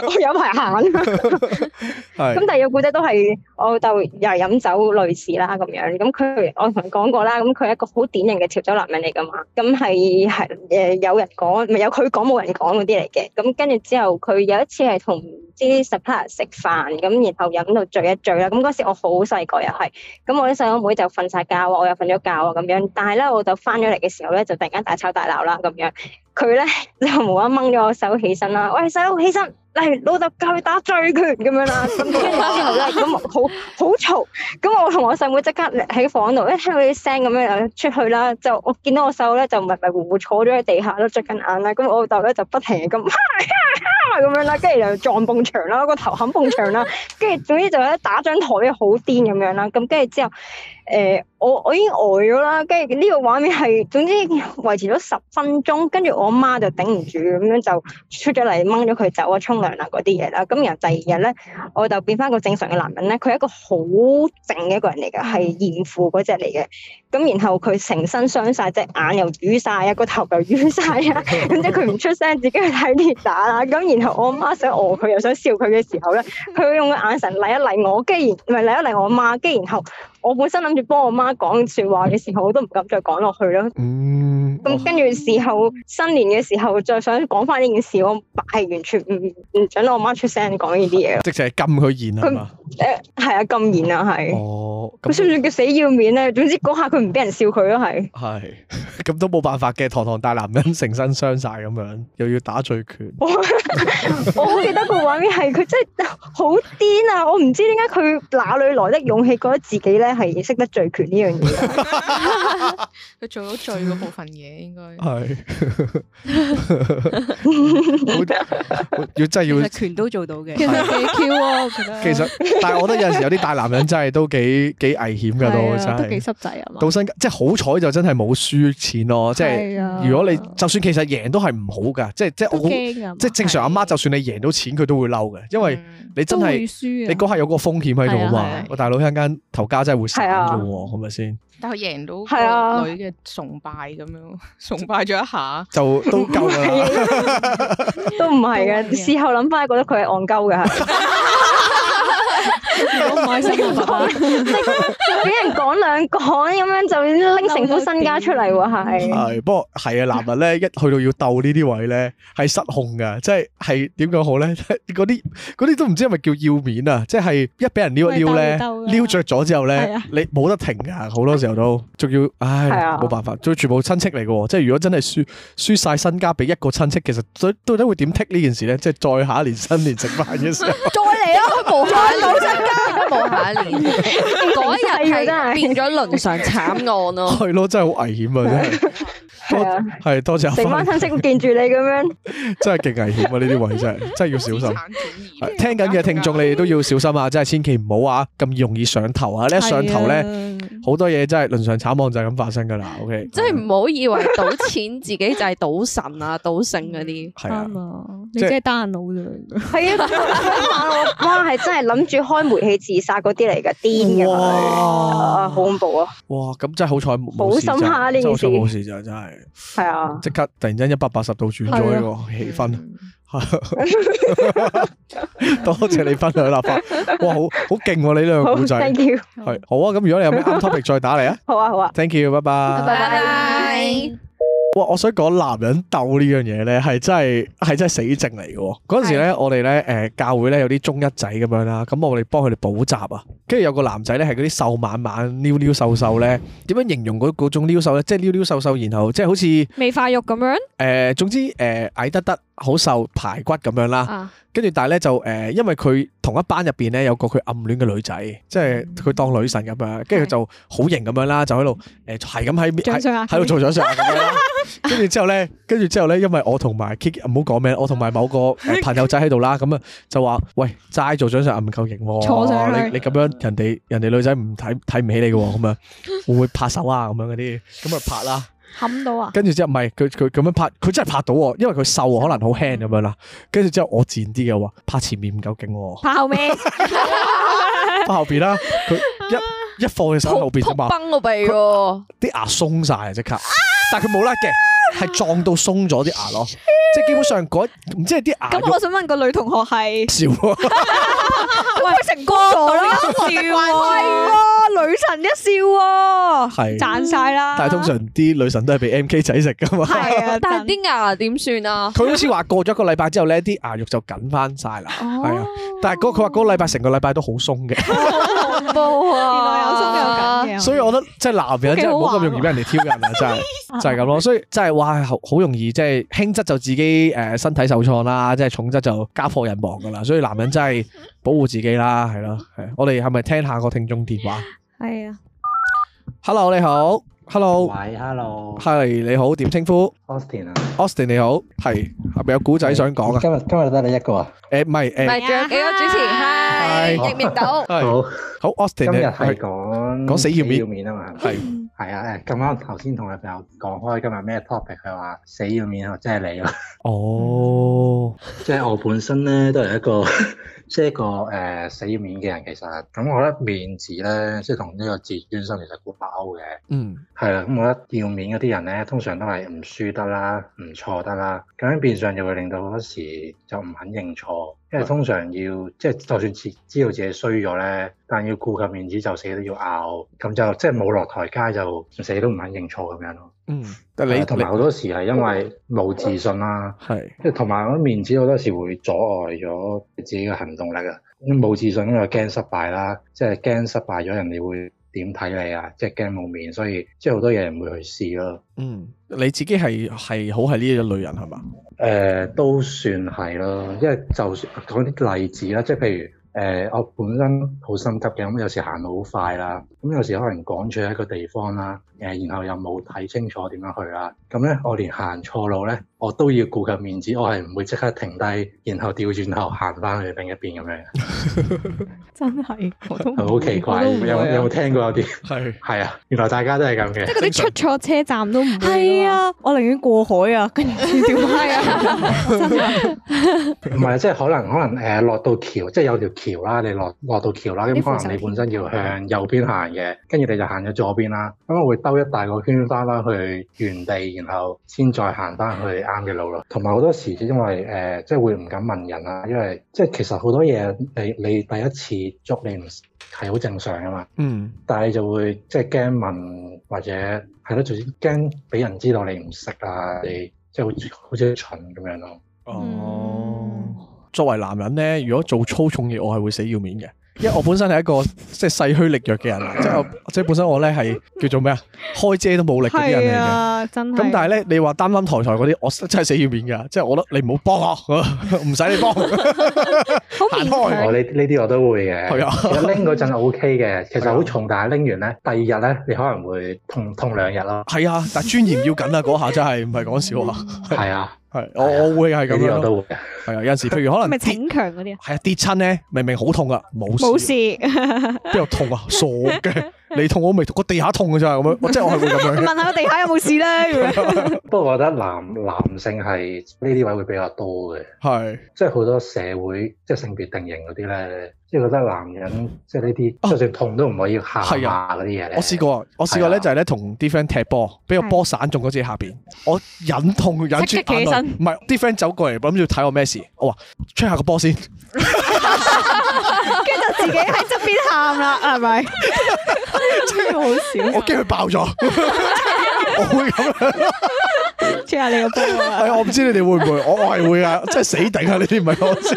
I: 我有排行。
A: 係
I: 咁第二個故仔都係我老豆又係飲酒類似啦咁樣，咁佢我同佢講過啦，咁佢係一個好典型嘅潮州男人嚟噶嘛，咁係係誒有人講，咪有佢講冇人講嗰啲嚟嘅，咁跟住之後佢有一次係同唔知 supplier 食飯，咁然後飲到醉一醉啦，咁嗰時我好細個又係，咁我啲細佬妹就瞓晒覺啊，我又瞓咗覺啊咁樣，但係咧我老豆翻咗嚟嘅時候咧就突然間大吵大鬧啦咁樣。佢咧就無啦啦掹咗我手起身啦，喂細佬起身，嚟老豆教你打醉拳咁樣啦，咁跟住之後咧咁好好嘈，咁我同我細妹即刻喺房度，一聽到啲聲咁樣就出去啦，就我見到我細佬咧就迷迷糊糊坐咗喺地下咯，捽緊眼啦，咁我老豆咧就不停咁咁樣啦，跟住就撞埲牆啦，個頭冚埲牆啦，跟住總之就咧打張台好癲咁樣啦，咁跟住之後。誒、我我已經呆咗啦，跟住呢個畫面係總之維持咗十分鐘，跟住我媽就頂唔住咁樣就出咗嚟掹咗佢走啊，沖涼啦嗰啲嘢啦。咁然後第二日咧，我就變翻個正常嘅男人咧，佢係一個好靜嘅一個人嚟嘅，係嚴父嗰只嚟嘅。咁然後佢成身傷晒，隻眼又淤晒啊，個頭又淤晒啊，咁即係佢唔出聲，自己去睇跌打啦。咁然後我媽想餓佢又想笑佢嘅時候咧，佢用個眼神嚟一嚟我，跟住然唔係嚟一嚟我媽，跟住然後。我本身諗住幫我媽講説話嘅時候，我都唔敢再講落去啦。
A: 嗯。
I: 咁跟住事後新年嘅時候，再想講翻呢件事，我爸係完全唔唔准我媽出聲講呢啲嘢咯。
A: 即係禁佢言係
I: 佢
A: 嘛？
I: 誒係啊，禁言啊，係。
A: 哦，
I: 佢
A: 咁
I: 算唔算叫死要面咧？總之嗰下佢唔俾人笑佢咯，係。 <laughs>
A: 係， <laughs> 咁都冇辦法嘅，堂堂大男人成身傷晒咁樣，又要打醉拳。
I: 我好記得個畫面係佢真係好癲啊！我唔知點解佢哪裏來的勇氣，覺得自己咧係識得醉拳呢樣 <laughs> 嘢。
E: 佢做到最嗰部分嘢應該。
B: <laughs>
A: 係，好要真係要。
B: 拳都做到嘅，
E: 其實幾 Q 啊，我覺得。
A: 其實，但係我覺得有陣時有啲大男人真係都幾幾危險㗎，都真
B: 啊都幾
A: 係。
B: 濕滯啊嘛。
A: 到身即係好彩就真係冇輸錢咯，即
B: 係啊
A: 係如果你就算其實贏都係唔好㗎，即係即係
B: 都
A: 我
B: 驚㗎嘛嗯
A: 即係正常阿媽就算你贏到錢佢都會嬲嘅，因為
E: 嗯
A: 你真
B: 都會
A: 係
B: 輸啊
A: 你嗰下有個風險喺度啊
B: 係啊係
A: 嘛
B: 啊，
A: 我大佬一陣間頭家真係會散
I: 係啊
A: 㗎喎，係咪先？
E: 但佢贏到
I: 係啊
E: 個女嘅崇拜咁樣， <laughs> 崇拜咗一下。
A: 就都夠㗎啦。
I: 都唔係嘅，事後諗翻覺得佢係戇鳩嘅， <laughs> 係
B: 我唔開心啊，爸爸。
I: 俾人講兩講咁樣就拎成副身家出嚟喎，係。
A: 系，不過係啊，男人咧一去到要鬥呢啲位咧，係失控噶，即係係點講好咧？ <laughs> 嗰啲嗰啲都唔知係咪叫要面啊！即係一俾人撩一撩咧
B: 咪鬥嚟鬥，去
A: 撩着咗之後
B: 係
A: 咧
B: 啊，
A: 你冇得停噶，好多時候都仲要，唉
I: 係，啊
A: 冇辦法，仲要全部親戚嚟嘅喎，即係如果真係輸輸晒身家俾一個親戚，其實到到底會點剔呢件事咧？即係再下一年新年食飯嘅時候，
D: 再嚟咯，佢無下一年真係無下一年，嗰一日
I: 真係
D: 係變咗倫常慘案啊 <laughs> 咯。
A: 係咯，真係好危險啊！真係，
I: 係 <laughs> 啊
A: 多係多謝阿
I: 成班
A: 芬，
I: 親戚見住你咁樣，
A: 真係勁危險啊！呢啲位真係真係要小
E: 資
A: 心。
E: 產轉移
A: 係啊聽緊嘅聽
E: 嗯
A: 眾，你哋都要小心啊！真係千祈唔好啊，咁容易上頭啊！你一上頭咧，好多嘢真係倫常慘案就係咁發生噶啦。OK，
D: 即係唔好以為賭錢自己就係賭神啊、賭聖嗰啲。
A: 係啊，
B: 啊，
A: 你即係真係
B: 單腦啫。
I: 係啊！嗰晚我媽係真係諗住開煤氣自殺嗰啲嚟嘅，癲嘅佢，啊好恐怖啊！
A: 哇！咁真係好彩冇事
I: 好深刻啊
A: 咋，
I: 呢件
A: 真係好彩
I: 事
A: 冇事咋，真係
I: 係啊，
A: 即刻突然間一百八十度轉咗呢個氣氛。 <laughs>
E: 嗯
A: 多謝你分享啦，花哇，好好勁喎！你呢個
I: 好
A: 故仔
I: ，thank you，
A: 係好啊！咁如果你有咩啱 topic 再打嚟啊
I: 好啊好啊，
A: ！Thank you，拜拜。
I: 拜拜。
A: 哇！我想講男人鬥呢樣嘢咧，係真係係真係死症嚟嘅喎。嗰陣時咧，我哋咧誒教會咧有啲中一仔咁樣啦，咁我哋幫佢哋補習啊。跟住有個男仔咧係嗰啲瘦蜢蜢、溜溜瘦瘦咧，點樣形容嗰嗰種溜瘦咧？即係溜溜瘦瘦，然後即係好似誒、
K: 未發育咁樣，
A: 呃、總之誒、呃矮得得、好瘦、排骨咁樣啦
K: 啊。
A: 跟住但係咧就誒、呃因為佢同一班入邊咧有個佢暗戀嘅女仔，即係佢當女神咁樣，跟住佢就好型咁樣啦，就喺度誒係咁喺喺
B: 掌
F: 啊
B: 上壓
A: 喺度做掌上壓咁樣
B: <laughs>
A: 啦。跟住之後咧，跟住之後咧，因為我同埋 Kiki 唔好講名，我同埋某
B: <laughs>
A: 個呃朋友仔喺度啦，咁啊就話：喂，齋做掌上壓唔夠型喎，
B: 坐上去
A: 你你咁樣人哋人哋女仔唔睇睇唔起你嘅喎，咁
B: <laughs>
A: 啊會唔會拍手啊咁樣嗰啲，咁啊拍啦。
B: 冚到啊！
A: 跟住之後唔係佢佢咁樣拍，佢真係拍到喎，因為佢瘦可能好輕咁樣啦。跟住之後我賤啲嘅話，拍前面唔夠勁
B: <laughs>
A: 喎，
B: 拍後
A: <laughs>
B: 尾，
A: 拍後邊啦，佢
B: <laughs>
A: 一一放佢手喺後邊啫嘛
D: 崩個鼻喎，
A: 啲牙鬆晒啊！即刻，但係佢冇甩嘅，係撞到鬆咗啲牙咯，即係基本上嗰唔知係啲牙肉
F: 咁我啊想問個女同學係
A: 少啊
F: <laughs>
A: 喎，
F: 喂成光咗啦，
A: <laughs>
F: 笑喎，女神一笑喎，
A: 係
F: 賺晒啦。
A: 但係通常啲女神都係俾 M K 仔食噶嘛。<laughs>
F: 係啊，
D: 但係啲牙點算啊？
A: 佢好似話過咗一個禮拜之後咧，啲牙肉就緊翻晒
F: 哦
A: 啦，係啊。但係嗰佢話嗰個禮拜成個禮拜都好鬆嘅，
D: 恐怖啊！
F: 原來有鬆有緊嘅
A: 所以我覺得即係男人真係唔好咁容易俾人哋挑釁啊，真係就係咁咯。所以真係哇，好好容易即係輕則就自己誒身體受創啦，即係重則就家破人亡噶啦。所以男人真係保護自己啦，係咯。係我哋係咪聽下個聽眾電話
F: 係啊，
A: ？Hello，你好，Hello，
J: 喂，hello，
A: 係你好，點稱呼
J: Austin 啊
A: ？Austin 你好，係係咪有古仔想講啊？
J: 今日今日得你一個啊？
A: 誒唔係
D: 唔係
A: 誒。
D: 仲有幾哎個主持？係
A: 係
D: 逆面豆。
A: 好好，Austin，
J: 今日
A: 你
J: 係講
A: 講死要面
J: 要面啊嘛，
A: 係
J: 係啊，誒咁啱頭先同女朋友講開今日咩 topic，佢話死要面啊，即係你咯， <laughs>
A: 哦，
J: 即係我本身咧都係一個 <laughs> 即係一個誒、死要面嘅人，其實咁我覺得面子咧，即係同呢個自尊心其實好掛鈎嘅。
A: 嗯，
J: 係啦，咁我覺得要面嗰啲人咧，通常都係唔輸得啦，唔錯得啦，咁樣變相就會令到好多時就唔肯認錯，因為通常要即係就算知知道自己衰咗咧，但要顧及面子就死都要拗，咁就即係冇落台階就死都唔肯認錯咁樣咯。
A: 嗯，但你
J: 同埋好多時係因為冇自信啦，
A: 係
J: 即係同埋我覺得面子好多時會阻礙咗自己嘅行動力啊。咁冇自信因為驚失敗啦，即係驚失敗咗人哋會點睇你啊，即係驚冇面，所以即係好多嘢唔會去試咯。
A: 嗯，你自己係係好係呢一類人係嘛？
J: 誒、呃都算係咯，因為就算講啲例子啦，即係譬如誒、我本身好心急嘅，咁有時行路好快啦，咁有時可能趕住喺一個地方啦，誒、然後又冇睇清楚點樣去啦，咁咧我連行錯路咧，我都要顧及面子，我係唔會即刻停低，然後調轉頭行翻去另一邊咁樣，
F: <laughs> 真係我都啊
J: 好奇怪，有有冇聽過有啲
A: 係
J: 係啊？原來大家都係咁嘅，
F: 即係嗰啲出錯車站都唔
B: 係啊，我寧願過海 <laughs> 啊，跟住先點
F: 係啊，真係
J: 唔係，即係可能可能誒、呃落到橋，即係有條橋啦，你落落到橋啦，咁
F: 啲扶
J: 可
F: 手
J: 能你
F: 電
J: 本身要向右邊行嘅，跟住你就行咗左邊啦，咁啊我會兜一大個圈翻翻去原地，然後先再行翻去啱嘅路咯。同埋好多時因為誒、呃即係會唔敢問人啦，因為即係其實好多嘢你你第一次捉你唔係好正常啊噶嘛。
A: 嗯，
J: 但係你就會即係驚問或者係咯，就算驚俾人知道你唔識啊，你即係好似好似蠢咁樣咯。
F: 嗯
A: 哦，作為男人咧，如果做粗重嘢，我係會死要面嘅，因為我本身係一個即係勢虛力弱嘅人
F: <laughs>
A: 嚟，即係我即係本身我咧係叫做咩啊，開遮都冇力嗰啲人
F: 係
A: 嚟嘅。
F: 啊，真係。
A: 咁但係咧，你話擔擔抬抬嗰啲，我
F: <laughs>
A: 真係死要面㗎，即係我覺 <laughs> 得你唔好幫我，唔使你幫，行開。
J: 哦我呢呢啲我都會嘅，
A: 係啊啊
J: 其實拎嗰陣 O K 嘅，其實好重，但係拎完咧，第二日咧，你可能會痛痛兩日咯。
A: 係啊，但係尊嚴要緊啊！嗰下真係唔係講笑啊，
J: 係啊，
A: 係我我會係咁
J: 呢啲
A: 樣
J: 我都
A: 咯，
J: 會嘅。
A: 係啊，有陣時譬如可能
F: 咪逞強嗰啲啊，
A: 係啊，跌親咧，明明好痛噶，冇事，
F: 冇事，
A: <laughs> 邊有痛啊？傻
B: <laughs>
A: 嘅，你痛我未痛，個地下痛嘅咋咁樣，我即係我係會咁樣嘅。
F: 問下個地下有冇事啦。咁
A: <laughs>
F: 樣
J: 不過我覺得男男性係呢啲位會比較多嘅，
B: 啊
A: 係
J: 即係好多社會即係性別定型嗰啲咧，即係覺得男人即係呢啲，就算痛都唔可以喊
A: 哦係
J: 啊
A: 啊
J: 嗰啲嘢呢。
A: 我試過，我試過
B: 啊
A: 咧就係咧同啲 friend 踢波，俾個波散中咗自己下邊，我忍痛忍住眼
B: 嗯即刻企起
A: 淚
B: 身，
A: 唔係啲 friend 走過嚟諗住睇我咩事，我話 check 下個波先，
F: 跟住就自己喺側邊喊啦，係咪？好
B: 啊
F: 少
A: 我驚佢爆咗， <laughs> 我會咁樣。哎
F: ，check 下你個波啊！
A: 係我唔知你哋會唔會，我我係會啊，即係死頂啊！呢啲唔係講笑。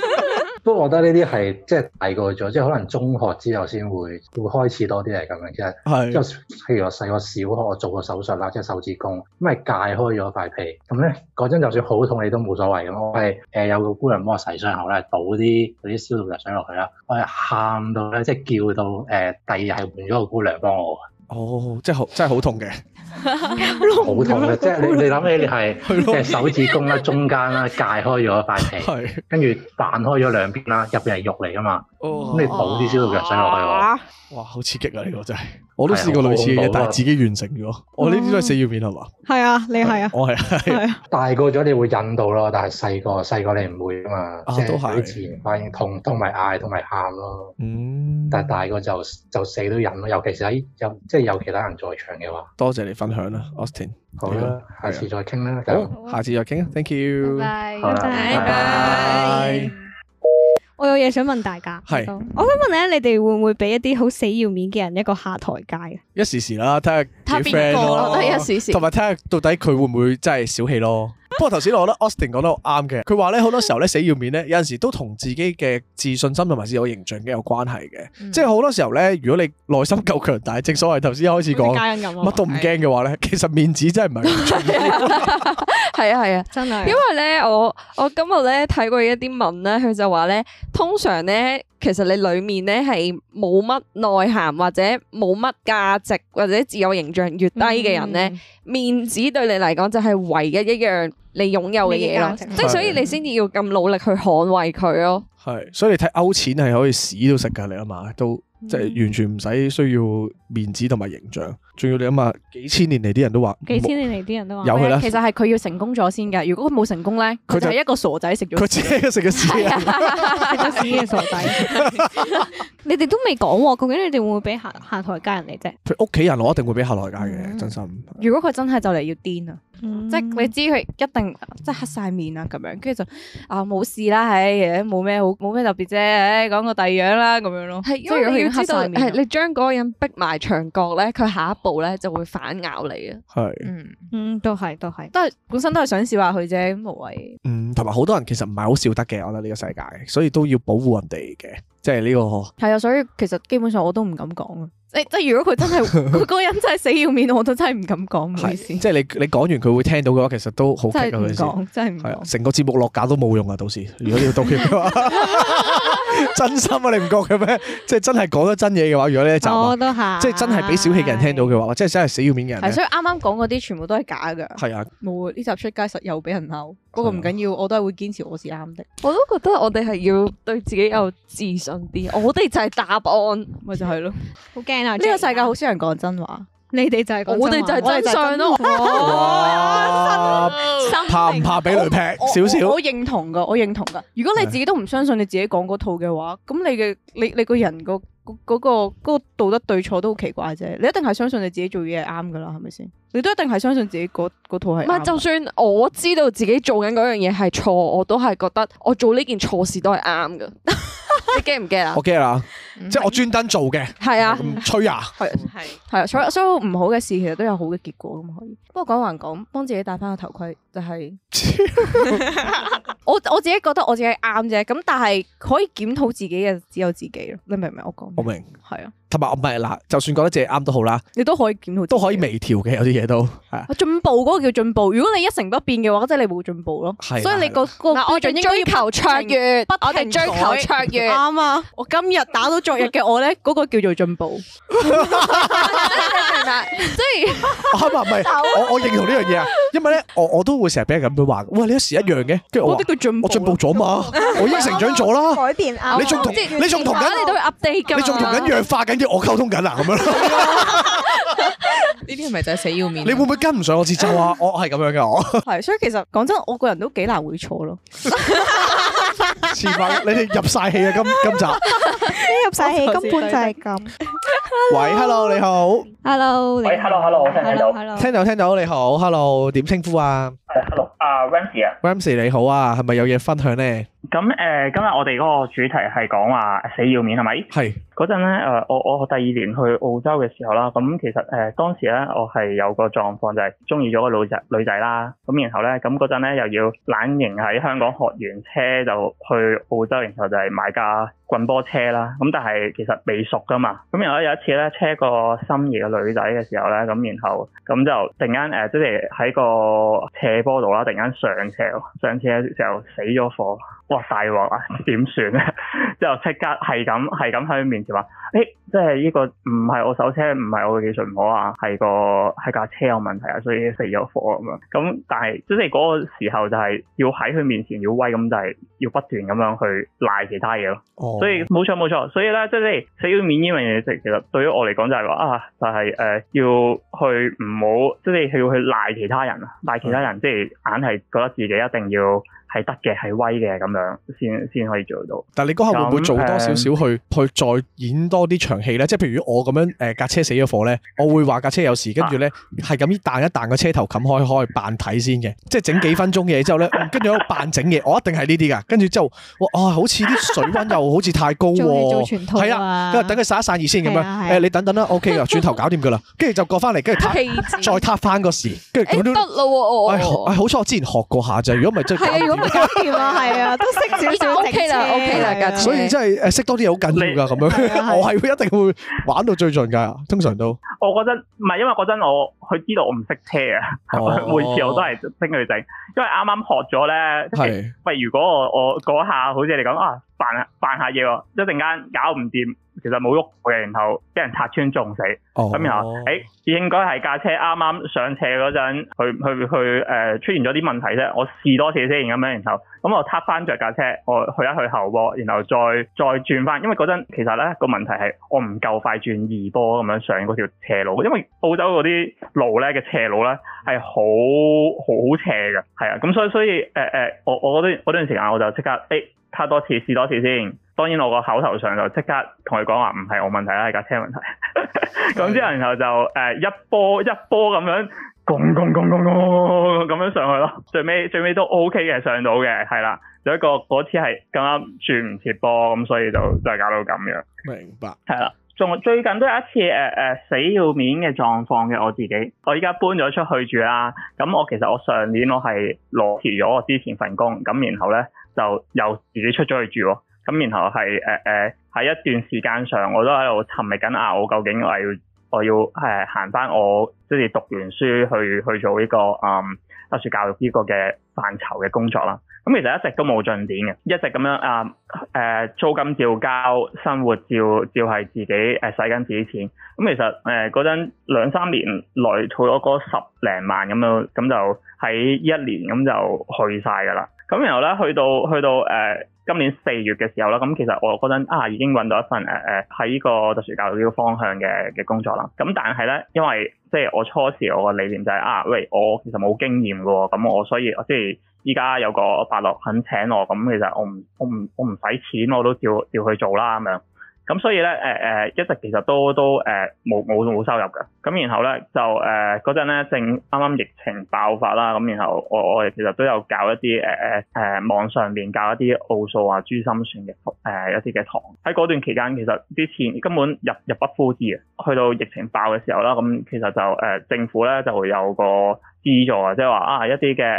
J: 不過我覺得呢啲係即係大個咗，即係可能中學之後先會會開始多啲係咁樣。其實
A: 係
J: 即係譬如我細個小學我做過手術啦，即係手指公，咁係界開咗塊皮，咁咧嗰陣就算好痛你都冇所謂咁。我係誒、呃有個姑娘幫我洗傷口咧，倒啲嗰啲消毒藥水落去啦，我係喊到咧，即係叫到誒、呃第二日係換咗個姑娘幫我，
A: 哦，即係好，真係好痛嘅。
J: 好痛嘅，即係你你諗起你係
A: 係
J: 即
A: 咯
J: 係手指公啦，中間啦界開咗塊皮，
A: 係
J: 跟住扮開咗兩邊啦，入邊係肉嚟噶嘛，
A: 哦
J: 咁你，倒啲消毒藥水落去喎。
A: 哇，好刺激啊！呢個真係，我都試過類似嘅嘢，但係自己完成咗。我呢啲都係死要面係嘛？
F: 係啊，你係啊，
A: 我係係
F: 係啊，
J: 大個咗你會忍到咯，但係細個細個你唔會噶嘛，
A: 啊
J: 即係
A: 都係
J: 你自然反應痛，同埋嗌，同埋喊咯。
A: 嗯，
J: 但係大個就就死都忍咯，尤其是喺有即係即係有其他人在場嘅話，
A: 多謝你分享啦，Austin。
J: 好啦，啊下次再傾啦。
A: 好，下次再傾啊，thank you。
D: <laughs>
F: 拜
A: 好啦
F: 拜
A: 拜拜。
F: 我有嘢想問大家，
A: 係
F: 我想問咧，你哋會唔會俾一啲好死要面嘅人一個下台階？啊
A: 一時時啦，睇下
F: 睇下
A: 幾
F: 邊個
A: friend 咯，
D: 哎
F: 咯都係一時時
A: 同埋睇下到底佢會唔會真係小氣
F: <laughs>
A: 咯。不過頭先我覺得 Austin 講得好啱嘅，佢話咧好多時候咧死要面咧，有陣時都同自己嘅自信心同埋自我形象嘅有關係嘅。
F: 嗯
A: 即係好多時候咧，如果你內心夠強大，正所謂頭先一開始講
F: 好似家人咁啊
A: 乜都唔驚嘅話咧，其實面子真係唔係咁重要。
D: 系啊系啊，
F: 真係
D: 因為咧，我我今日咧睇過一啲文咧，佢就話咧，通常咧，其實你里面咧係冇乜內涵或者冇乜價值或者自我形象越低
F: 嗯
D: 嘅人咧，面子對你嚟講就係唯一一樣你擁有嘅嘢咯，
A: 你嘅價值
D: 即係所以你先至要咁努力去捍衛佢咯。
A: 係，所以你睇勾錢係可以屎都食㗎，你諗下都
B: 嗯
A: 即係完全唔使需要面子同埋形象，仲要你諗下幾千年嚟啲人都話
B: 幾千年嚟啲人都話
A: 有佢啦
B: 其實係佢要成功咗先㗎。如果佢冇成功咧，
A: 佢就
B: 佢就係一個傻仔食咗。
A: 佢自
B: <laughs>
A: 己食嘅屎啊！
F: 食咗屎嘅傻仔，你哋都未講喎，究竟你哋會唔會俾下下台階人嚟啫？
A: 佢屋企人我一定會俾下台階
B: 嗯
A: 嘅，真心。
B: 如果佢真係就嚟要癲啊，
F: 嗯
B: 即係你知佢一定即係黑晒面啊咁樣，跟住就啊冇事啦，唉，冇咩好，冇咩特別啫，唉，講個第二樣啦咁樣咯。
D: 係
B: 即
D: 因
B: 係
D: 為
B: 如果
D: 你要
B: 佢已經黑
D: 知道，
B: 晒面
D: 係
B: 啦，
D: 你將嗰個人逼埋牆角咧，佢下一步咧就會反咬你啊。
A: 係，
F: 嗯，都係都係，
B: 都係本身都係想笑下佢啫，無謂。
A: 嗯，同埋好多人其實唔係好笑得嘅，我覺得呢個世界，所以都要保護人哋嘅，即係呢個
B: 係啊，所以其實基本上我都唔敢講啊。即即係如果佢真係 <laughs> 佢嗰個人真係死要面，我都真係唔敢講，唔好意思。
A: 係，即係你你講完佢會聽到嘅話，其實都好激啊
B: 真係唔
A: 佢先
B: 講，。真係唔
A: 係啊，成個節目落架都冇用啊！到時如果你要道歉嘅
B: <laughs>
A: 話，真心啊，你唔覺嘅咩？即係真係講咗真嘢嘅話，如果呢一集啊
B: 我都係
A: 即係真係俾小氣嘅人聽到嘅話，或者係真係死要面嘅人
B: 係，所
A: 咧，
B: 以啱啱講嗰啲全部都係假㗎。
A: 係啊，
B: 冇啊！呢集出街實又俾人嬲，不過唔緊要，我都係會堅持我是啱的。
D: 我都覺得我哋係要對自己有自信啲，我哋就係答案，
B: 咪就係咯。
F: 好驚啊！
B: 呢個世界好少人講真話，
F: 你哋就係
D: 我哋就係真相咯。
B: 哦
A: 哇怕唔怕俾雷劈少少
B: 我？我認同噶，我認同噶。如果你自己都唔相信你自己講嗰套嘅話，咁你嘅你你個人個嗰嗰個嗰個道德對錯都好奇怪啫。你一定係相信你自己做嘢係啱噶啦，係咪先？你都一定係相信自己嗰嗰套係
D: 唔係，
B: 啱㗎。啊
D: 就算我知道自己做緊嗰樣嘢係錯，我都係覺得我做呢件錯事都係啱嘅。你驚唔驚啊
A: 我？驚啦，
B: 嗯
A: 即係我專登做嘅，
D: 係啊，
A: 咁吹啊！
B: 係係係啊，所以所有唔好嘅事其實都有好嘅結果咁可以。不過講還講，幫自己戴翻個頭盔就
A: <laughs>
B: 係、 <laughs> 我我自己覺得我自己啱啫，咁但係可以檢討自己嘅只有自己咯。你明唔明我講咩？
A: 我明，
B: 係啊，
A: 同埋我唔係嗱，就算覺得自己啱都好啦，
B: 你都可以檢討，
A: 都可以微調嘅，有啲嘢
B: <laughs>
A: 都係啊。
B: 進步嗰個叫進步。如果你一成不變嘅話，即係你冇進步咯。
A: 係啦
B: 所以你個個
D: 嗱我哋
B: 標準應該要
D: 追求卓越
B: 不停
D: 我哋追求卓
B: <laughs>
D: 越
B: 啱啊！我今日打到昨日嘅我咧，嗰個叫做進步。
A: 哎
D: 即係
A: 啱啊，唔係我我認同呢樣嘢啊，因為咧我我都會成日俾人咁樣話，喂你一時一樣嘅，跟住我
B: 我都叫進
A: 我進步咗哦嘛，我已經成長咗啦，
F: 改變啱
A: 你仲同
D: 即係
A: 你仲同緊
D: 你都要 update 㗎嘛
A: 你仲同緊弱化緊嘅我溝通緊啊咁樣 <laughs> 啦，
L: 呢啲係咪就係死要面？啊
A: 你會唔會跟唔上我節奏 <laughs> 啊？我我係咁樣嘅我。
B: 係，所以其實講真，我個人都幾難會錯咯。
A: 前排你哋入晒氣啊！今今集，
F: 入晒氣根本就係咁。
A: 喂，hello，你好
F: Hello，你
E: 喂
F: 好
E: ，hello，hello，我聽唔聽到
F: Hello，hello
A: 聽到聽到，你好，hello，點稱呼啊
E: ，hello，啊 Ramsey 啊，
A: ？Ramsey 你好啊，係咪有嘢分享呢？
E: 咁誒、呃今日我哋嗰個主題係講話死要面係咪？
A: 係
E: 嗰陣咧誒，我我第二年去澳洲嘅時候啦，咁其實誒、呃、當時咧我係有個狀況就係中意咗個女仔女仔啦，咁然後咧咁嗰陣咧又要懶型喺香港學完車就去澳洲，然後就係買架棍波車啦，咁但係其實未熟噶嘛，咁然後咧有一次咧車個心儀嘅女仔嘅時候咧，咁然後咁就突然間呃誒即係喺個斜坡度啦，突然間上斜喎，上斜嘅時候死咗火，哇大鑊啊，點算咧？之後即刻係咁係咁喺佢面前話，誒、即係呢個唔係我手車，唔係我嘅技術唔好啊，係個係架車有問題啊，所以死咗火咁樣。咁但係即係嗰個時候就係要喺佢面前要威，咁就係要不斷咁樣去賴其他嘢咯。
A: 哦
E: 所以冇錯冇錯，所以咧即係死要面呢樣嘢，其實對於我嚟講就係話啊，就係、誒、要去唔好，即係要去賴其他人啊，賴其他人，即係硬係覺得自己一定要。係得嘅，係威嘅咁樣先先可以做到。
A: 但你嗰下會唔會做多少少
E: 咁
A: 去去再演多啲場戲咧？即係譬如我咁
F: 嗯
A: 樣誒架車死咗火咧，我會話架車有事，跟住咧
F: 啊
A: 係咁彈一彈個車頭冚開開扮睇先嘅，即係整幾分鐘嘢之後
F: <laughs>
A: 咧，跟住喺度扮整嘢，我一定係呢啲噶。跟住之後，哇啊好似啲水温又好似太高
F: <laughs> 做戲做
A: 喎，
F: 全套啊
A: 係啦，跟住等佢散一散熱先咁
F: 係
A: 樣。
F: 啊係啊
A: 誒你等等啦，OK 啊，轉頭搞掂
F: <laughs>
A: 噶啦，跟住就過翻嚟，跟住
D: 戲
A: 撻再撻翻個時，跟住咁
D: 誒
A: 樣
D: 得咯喎我
A: 哎好哎好彩我之前學過下啫，如果唔係
F: 啊
A: 真係搞唔掂
F: 掂啊，係啊，都識少少
D: OK 啦，OK 啦，架車
A: 所以真係誒識多啲嘢好緊要㗎咁樣， <laughs> 我係啊會一定會玩到最盡㗎，通常都。
E: 我嗰陣唔係因為嗰陣我佢知道我唔識車啊，
A: 哦
E: <laughs> 每次我都係拎佢整，因為啱啱學咗咧，即係
A: 係
E: 喂，如果我我嗰下好似你講啊，扮下扮下嘢喎，一陣間搞唔掂，其實冇喐過嘅，然後俾人拆穿中死，咁、
A: 哦
E: 然後誒、應該係架車啱啱上斜嗰陣，佢佢佢誒出現咗啲問題啫，我試多次先咁樣，然後咁我撻翻着架車，我去一去後波，然後再再轉翻，因為嗰陣其實咧個問題係我唔夠快轉二波咁樣上嗰條斜路，因為澳洲嗰啲路咧嘅斜路咧係好好斜嘅，係啊，咁所以所以誒誒、我我嗰段嗰段時間我就即刻誒。撻多次試多次先，當然我個口頭上就即刻同佢講話唔係我問題啦，係架車問題。 <laughs> 咁之後然後就誒、一波一波咁樣，拱拱拱拱拱拱拱咁樣上去咯。最尾最尾都 O K 嘅，上到嘅係啦。有一個嗰次係咁啱轉唔切波，咁所以就就係搞到咁樣。
A: 明白。
E: 係啦。仲最近都有一次誒誒、呃死要面嘅狀況嘅我自己，我依家搬咗出去住啦。咁我其實我上年我係攞辭咗我之前份工，咁然後咧就又自己出咗去住喎。咁然後係誒誒喺一段時間上，我都喺度尋覓緊啊，我究竟我係要我要誒行翻我即係讀完書去去做呢、個嗯特殊教育呢個嘅範疇嘅工作啦。咁其實一直都冇進展嘅，一直咁樣啊誒、租金照交，生活照照係自己誒使緊自己錢。咁其實誒嗰陣兩三年內儲咗嗰十零萬咁樣，咁就喺一年咁就去晒㗎啦。咁然後咧，去到去到誒、呃今年四月嘅時候啦，咁其實我嗰陣啊已經揾到一份誒誒呃喺呢個特殊教育呢個方向嘅嘅工作啦。咁但係咧，因為即係我初時我個理念就係、啊，喂，我其實冇經驗嘅喎，咁我所以即係依家有個伯樂肯請我，咁其實我唔我唔我唔使錢我都照照去做啦咁樣。咁所以咧，誒、誒，一直其實都都誒冇冇冇收入嘅。咁然後咧就誒嗰陣咧正啱啱疫情爆發啦，咁然後我我哋其實都有搞一啲誒誒誒網上面搞一啲奧數啊、珠心算嘅誒、一啲嘅堂。喺嗰段期間，其實啲錢根本入入不敷支嘅。去到疫情爆嘅時候啦，咁其實就誒、政府咧就會有個資助啊，即係話啊一啲嘅誒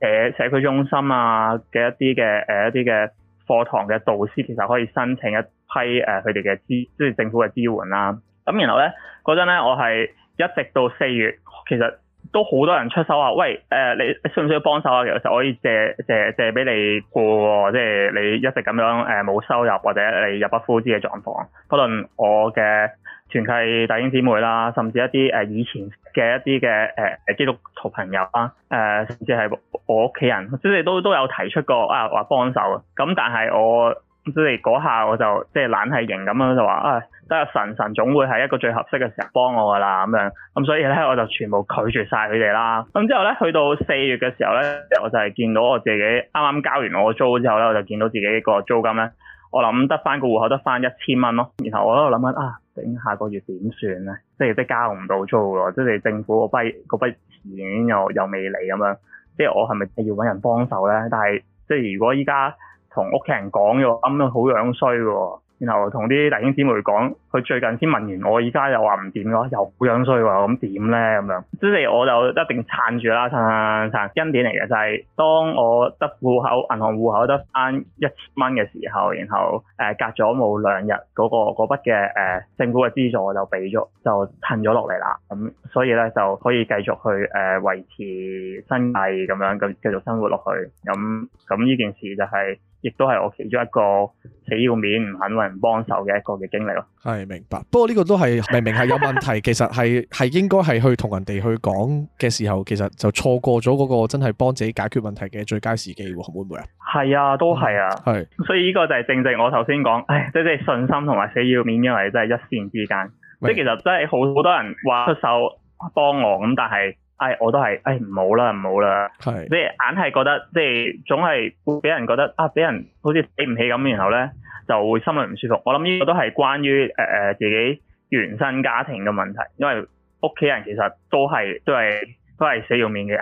E: 社社區中心啊嘅一啲嘅誒一啲嘅。課堂嘅導師其實可以申請一批誒呃佢哋嘅支，即係政府嘅支援啦。咁然後咧嗰陣咧，我係一直到四月，其實都好多人出手話，喂誒、你你需唔需要幫手啊？其實我可以借借借俾你過喎，即係你一直咁樣誒冇、收入或者你入不敷支嘅狀況，不論我嘅。團契弟兄姊妹啦，甚至一啲誒、以前嘅一啲嘅誒誒基督徒朋友啦，誒、甚至係我屋企人，即係都都有提出過啊話幫手啊。咁但係我即係嗰下我就即係懶係型咁樣就話啊，得啊神神總會係一個最合適嘅時候幫我㗎啦咁樣。咁所以咧我就全部拒絕晒佢哋啦。咁之後咧去到四月嘅時候咧，我就係見到我自己啱啱交完我租之後咧，我就見到自己個租金咧。我諗得翻個戶口得翻一千蚊咯，然後我喺度諗緊啊，頂下個月點算咧？即係即係交唔到租喎，即係政府嗰筆嗰筆錢又又未嚟咁樣，即係我係咪要揾人幫手咧？但係即係如果依家同屋企人講嘅話，咁樣好樣衰嘅喎。然後同啲弟兄姊妹講，佢最近先問完我，依家又話唔掂嘅話，又好樣衰喎，咁點咧咁樣？即係我就一定撐住啦，撐撐撐撐。恩典嚟嘅就係、當我得戶口銀行戶口得翻一千蚊嘅時候，然後誒、隔咗冇兩日嗰、個嗰筆嘅誒政府嘅資助我就俾咗，就褪咗落嚟啦。咁所以咧就可以繼續去誒、維持生計咁樣，咁繼續生活落去。咁咁呢件事就係、亦都係我其中一個死要面唔肯揾人幫手嘅一個嘅經歷咯。
A: 係明白，不過呢個都係明明係有問
E: <laughs>
A: 題，其實係係應該係去同人哋去講嘅時候，其實就錯過咗嗰個真係幫自己解決問題嘅最佳時機喎，會唔會啊？嗯
E: 係啊，都係啊。
A: 係
E: 所以呢個就係正正我頭先講，唉，即係信心同埋死要面，因為真係一線之間。即係其實真係好好多人話出手幫我咁，但係
M: 唉，我都係，唉，唔好啦，唔好啦，
A: 即
M: 係硬係覺得，即係總係會俾人覺得啊，俾人好似睇唔起咁，然後咧就會心裏唔舒服。我諗呢個都係關於誒誒、呃自己原生家庭嘅問題，因為屋企人其實都係都係都係死要面嘅人。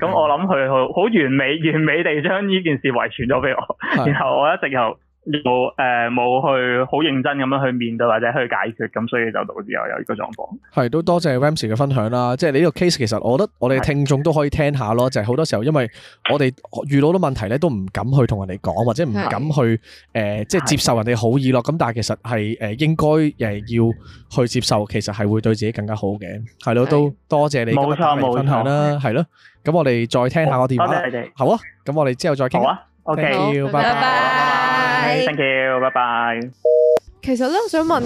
M: 咁我諗佢好好完美完美地將呢件事遺傳咗俾我，
A: 係
M: 然後我一直又冇誒冇去好認真咁樣去面對或者去解決，咁所以就導致我有呢個狀況。
A: 係都多謝 Ramsey 嘅分享啦，即係你呢個 case 其實我覺得我哋嘅聽眾都可以聽下咯，就係好多時候因為我哋遇到好多問題咧都唔敢去同人哋講，或者唔
N: 係
A: 敢去誒、呃即係接受人哋好意咯。咁但係其實係誒、呃、應該誒要去接受，其實係會對自己更加好嘅。係咯，都多謝你今日
M: 冇錯
A: 打嚟分享啦，係咯。咁我哋再聽下個電話
M: 多謝你
A: 啦
M: 哋，
A: 好啊。咁我哋之後再傾。
M: 好啊，OK，
A: Thank you，拜拜。
M: Thank you，拜拜。
B: 其實咧，我想問，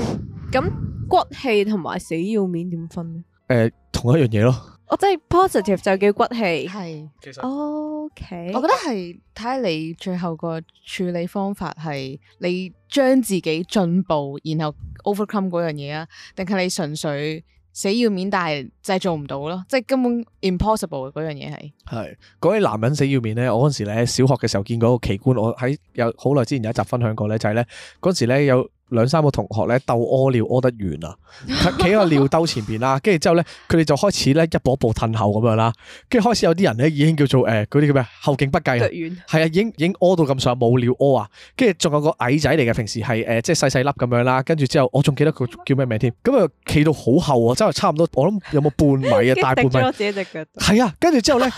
B: 咁骨氣同埋死要面點分咧？
A: 誒，同一樣嘢咯。
B: 我即係 positive 就叫骨氣，
E: 係
A: 其
E: 實
B: O K，
E: 我覺得係睇下你最後個處理方法係你將自己進步，然後 overcome 嗰樣嘢啊，定係你純粹死要面，但係就係做唔到咯，即係根本 impossible 嗰樣嘢係。
A: 係講起男人死要面咧，我嗰陣時咧小學嘅時候見過一個奇觀，我喺有好耐之前有一集分享過咧，就係咧嗰陣時咧有兩三個同學咧鬥屙尿屙得遠啊，企企喺個尿兜前邊啦，跟住之後咧佢哋就開始咧一步一步褪後咁樣啦，跟住開始有啲人咧已經叫做誒嗰啲叫咩後勁不繼
H: 腳
A: 啊
H: 軟，
A: 係啊已經已經屙到咁上冇尿屙啊，跟住仲有個矮仔嚟嘅，平時係誒、呃即係細細粒咁樣啦，跟住之後我仲記得佢叫咩名添，咁啊企到好後啊，真係差唔多我諗有冇半米啊，大半
B: 咗我
A: 米
B: 自。己隻腳。
A: 係啊，跟住之後咧，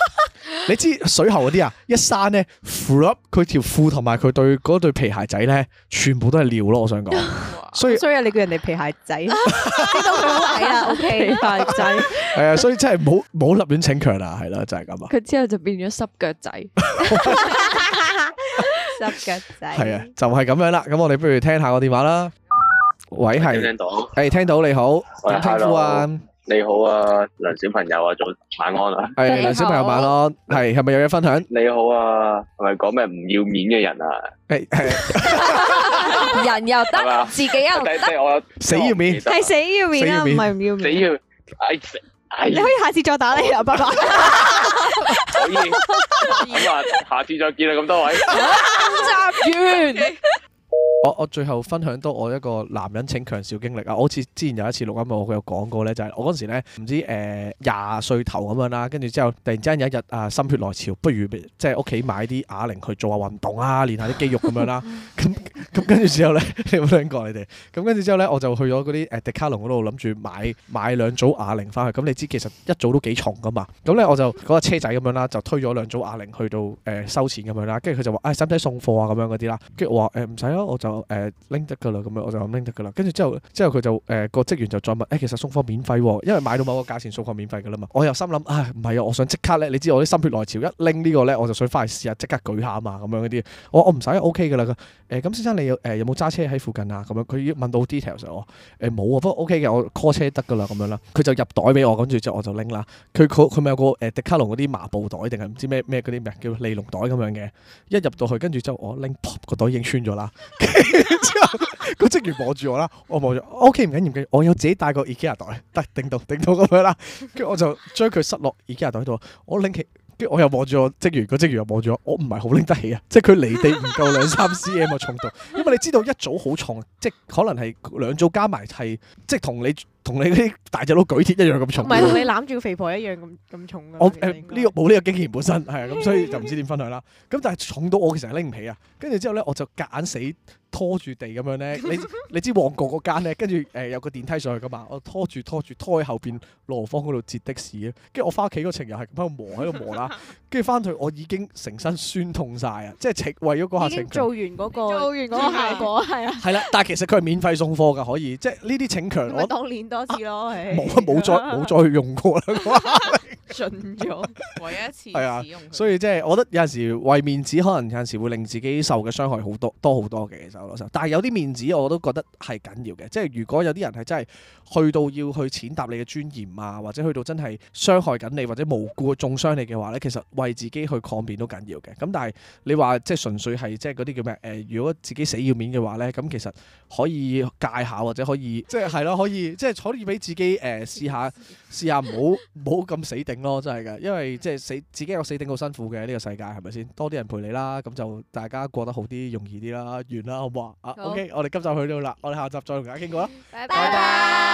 A: 你知水喉嗰啲啊，一閂咧 f l 佢條褲同埋佢對嗰對皮鞋仔咧，全部都係尿咯。我想講，所以
B: 所以你叫人哋皮鞋仔，知道佢好矮啦。O
A: <laughs>
B: K，皮鞋仔。
A: 係啊，所以真係冇冇立亂逞強啊，係啦，就係咁啊，
D: 佢之後就變咗濕腳仔。
B: 濕腳仔
A: 係啊，就係咁樣啦。咁我哋不如聽下個電話啦。喂，係
O: 聽唔聽到
A: 誒，聽到你好，
O: 喂
A: 點稱呼啊？
O: hello，你好啊，梁小朋友啊，早晚安啊。
A: 係梁小朋友晚安，係係咪有嘢分享？
O: 你好啊，係咪講咩唔要面嘅人啊？
A: 誒係
D: 人又得，自己又
O: 即係我啊
A: 死要面，
F: 啊係死要面啊啦，唔係唔要面。
O: 死要，哎死，哎
F: <laughs> 你可以下次再打嚟啊，拜拜。
O: 可以。咁啊，下次再見啦，咁多位。
D: 集完。
A: 我我最後分享多我一個男人請強小經歷啊！我好似之前有一次錄音啊我有講過咧，就係、我嗰陣時咧唔知誒廿歲頭咁樣啦，跟住之後突然之間有一日啊心血來潮，不如即係屋企買啲啞鈴去做下運動啊，練下啲肌肉咁樣啦。咁咁跟住之後咧，你有冇聽過你哋？咁跟住之後咧，我就去咗嗰啲誒迪卡龍嗰度諗住買買兩組啞鈴翻去。咁你知其實一組都幾重噶嘛。咁咧我就嗰個車仔咁樣啦，就推咗兩組啞鈴去到誒、呃收錢咁樣啦。跟住佢就話：，唉、使唔使送貨啊？咁樣嗰啲啦。跟住我話：誒唔使啊，我就誒拎得噶啦。咁樣我就咁拎得噶啦。跟住之後之後佢就誒呃個、職員就再問：，誒、其實送貨免費喎，因為買到某個價錢送貨免費噶啦嘛。我又心諗：，唉唔係啊，我想即刻咧，你知我啲心血來潮，一拎呢個咧我就想翻去試下，即刻舉下啊嘛，咁樣嗰啲。我我唔使啊，OK 噶啦。佢誒咁先生你有誒有冇揸車喺附近啊？咁樣佢已經問到 details 啊我誒冇啊，不過 OK 嘅，我 call 車得噶啦咁樣啦。佢就入袋俾我，跟住之後我就拎啦。佢佢佢咪有個誒迪卡龍嗰啲麻布袋定係唔知咩咩嗰啲咩叫尼龍袋咁樣嘅，一入到去跟住之後我拎 pop 個袋已經穿咗啦。 <laughs> 跟住之後個職員望住我啦，我望住哦 OK 唔緊要唔緊要，我有自己帶個 IKEA 袋，得頂到頂到咁樣啦。跟住我就將佢塞落 IKEA 袋度，我拎起。跟住我又望住我職員，個職員又望住我，我唔係好拎得起啊！ <laughs> 即係佢離地唔夠兩三 cm 嘅重度，因為你知道一組好重，啊即係可能係兩組加埋係，即係同你同你嗰啲大隻佬舉鐵一樣咁重。
B: 唔係同你攬住個肥婆一樣咁咁重㗎
A: 我誒呢個冇呢個經驗本身係啊，咁所以就唔知點分享啦。咁但係重到我其實係拎唔起啊，跟住之後咧我就夾硬死拖住地咁樣 <laughs> 咧。你你知旺角嗰間咧，跟住誒有個電梯上去噶嘛，我拖住拖住拖喺後邊羅芳嗰度截的士啊。跟住我翻屋企嗰程又係咁喺度磨喺度磨 <laughs> 啦，跟住翻去我已經成身酸痛晒啊！即係情為咗嗰下
B: 已經
A: 情
B: 做
A: 強
B: 完嗰個做
F: 完嗰個效
B: 果係啊，
A: <laughs> 係啦，但係其實佢係免費送貨㗎，可以即係呢啲請強
B: 咪
A: 我
B: 當練多次咯，
A: 冇啊冇再冇再去用過啦。
B: <laughs> 盡咗。
E: 唯一一次
A: 係啊，所以即係我覺得有陣時為面子，可能有陣時會令自己受嘅傷害好多多好多嘅。其實我老實，但係有啲面子我都覺得係緊要嘅。即係如果有啲人係真係去到要去踐踏你嘅尊嚴啊，或者去到真係傷害緊你或者無故中傷你嘅話咧，其實為自己去抗辯都緊要嘅。咁但係你話即係純粹係即係嗰啲叫咩？誒、呃如果自己死要面嘅話咧，咁其實可以戒下或者可以即係係咯，可以即係可以俾自己誒試下試下，唔好唔好咁死頂咯，真係㗎，因為即係死自己有死頂好辛苦嘅呢個世界係咪先？多啲人陪你啦，咁就大家過得好啲，容易啲啦，完啦，好唔好啊啊
H: 好
A: ？OK，我哋今集去到啦，我哋下集再同大家傾過啦。
H: 拜拜。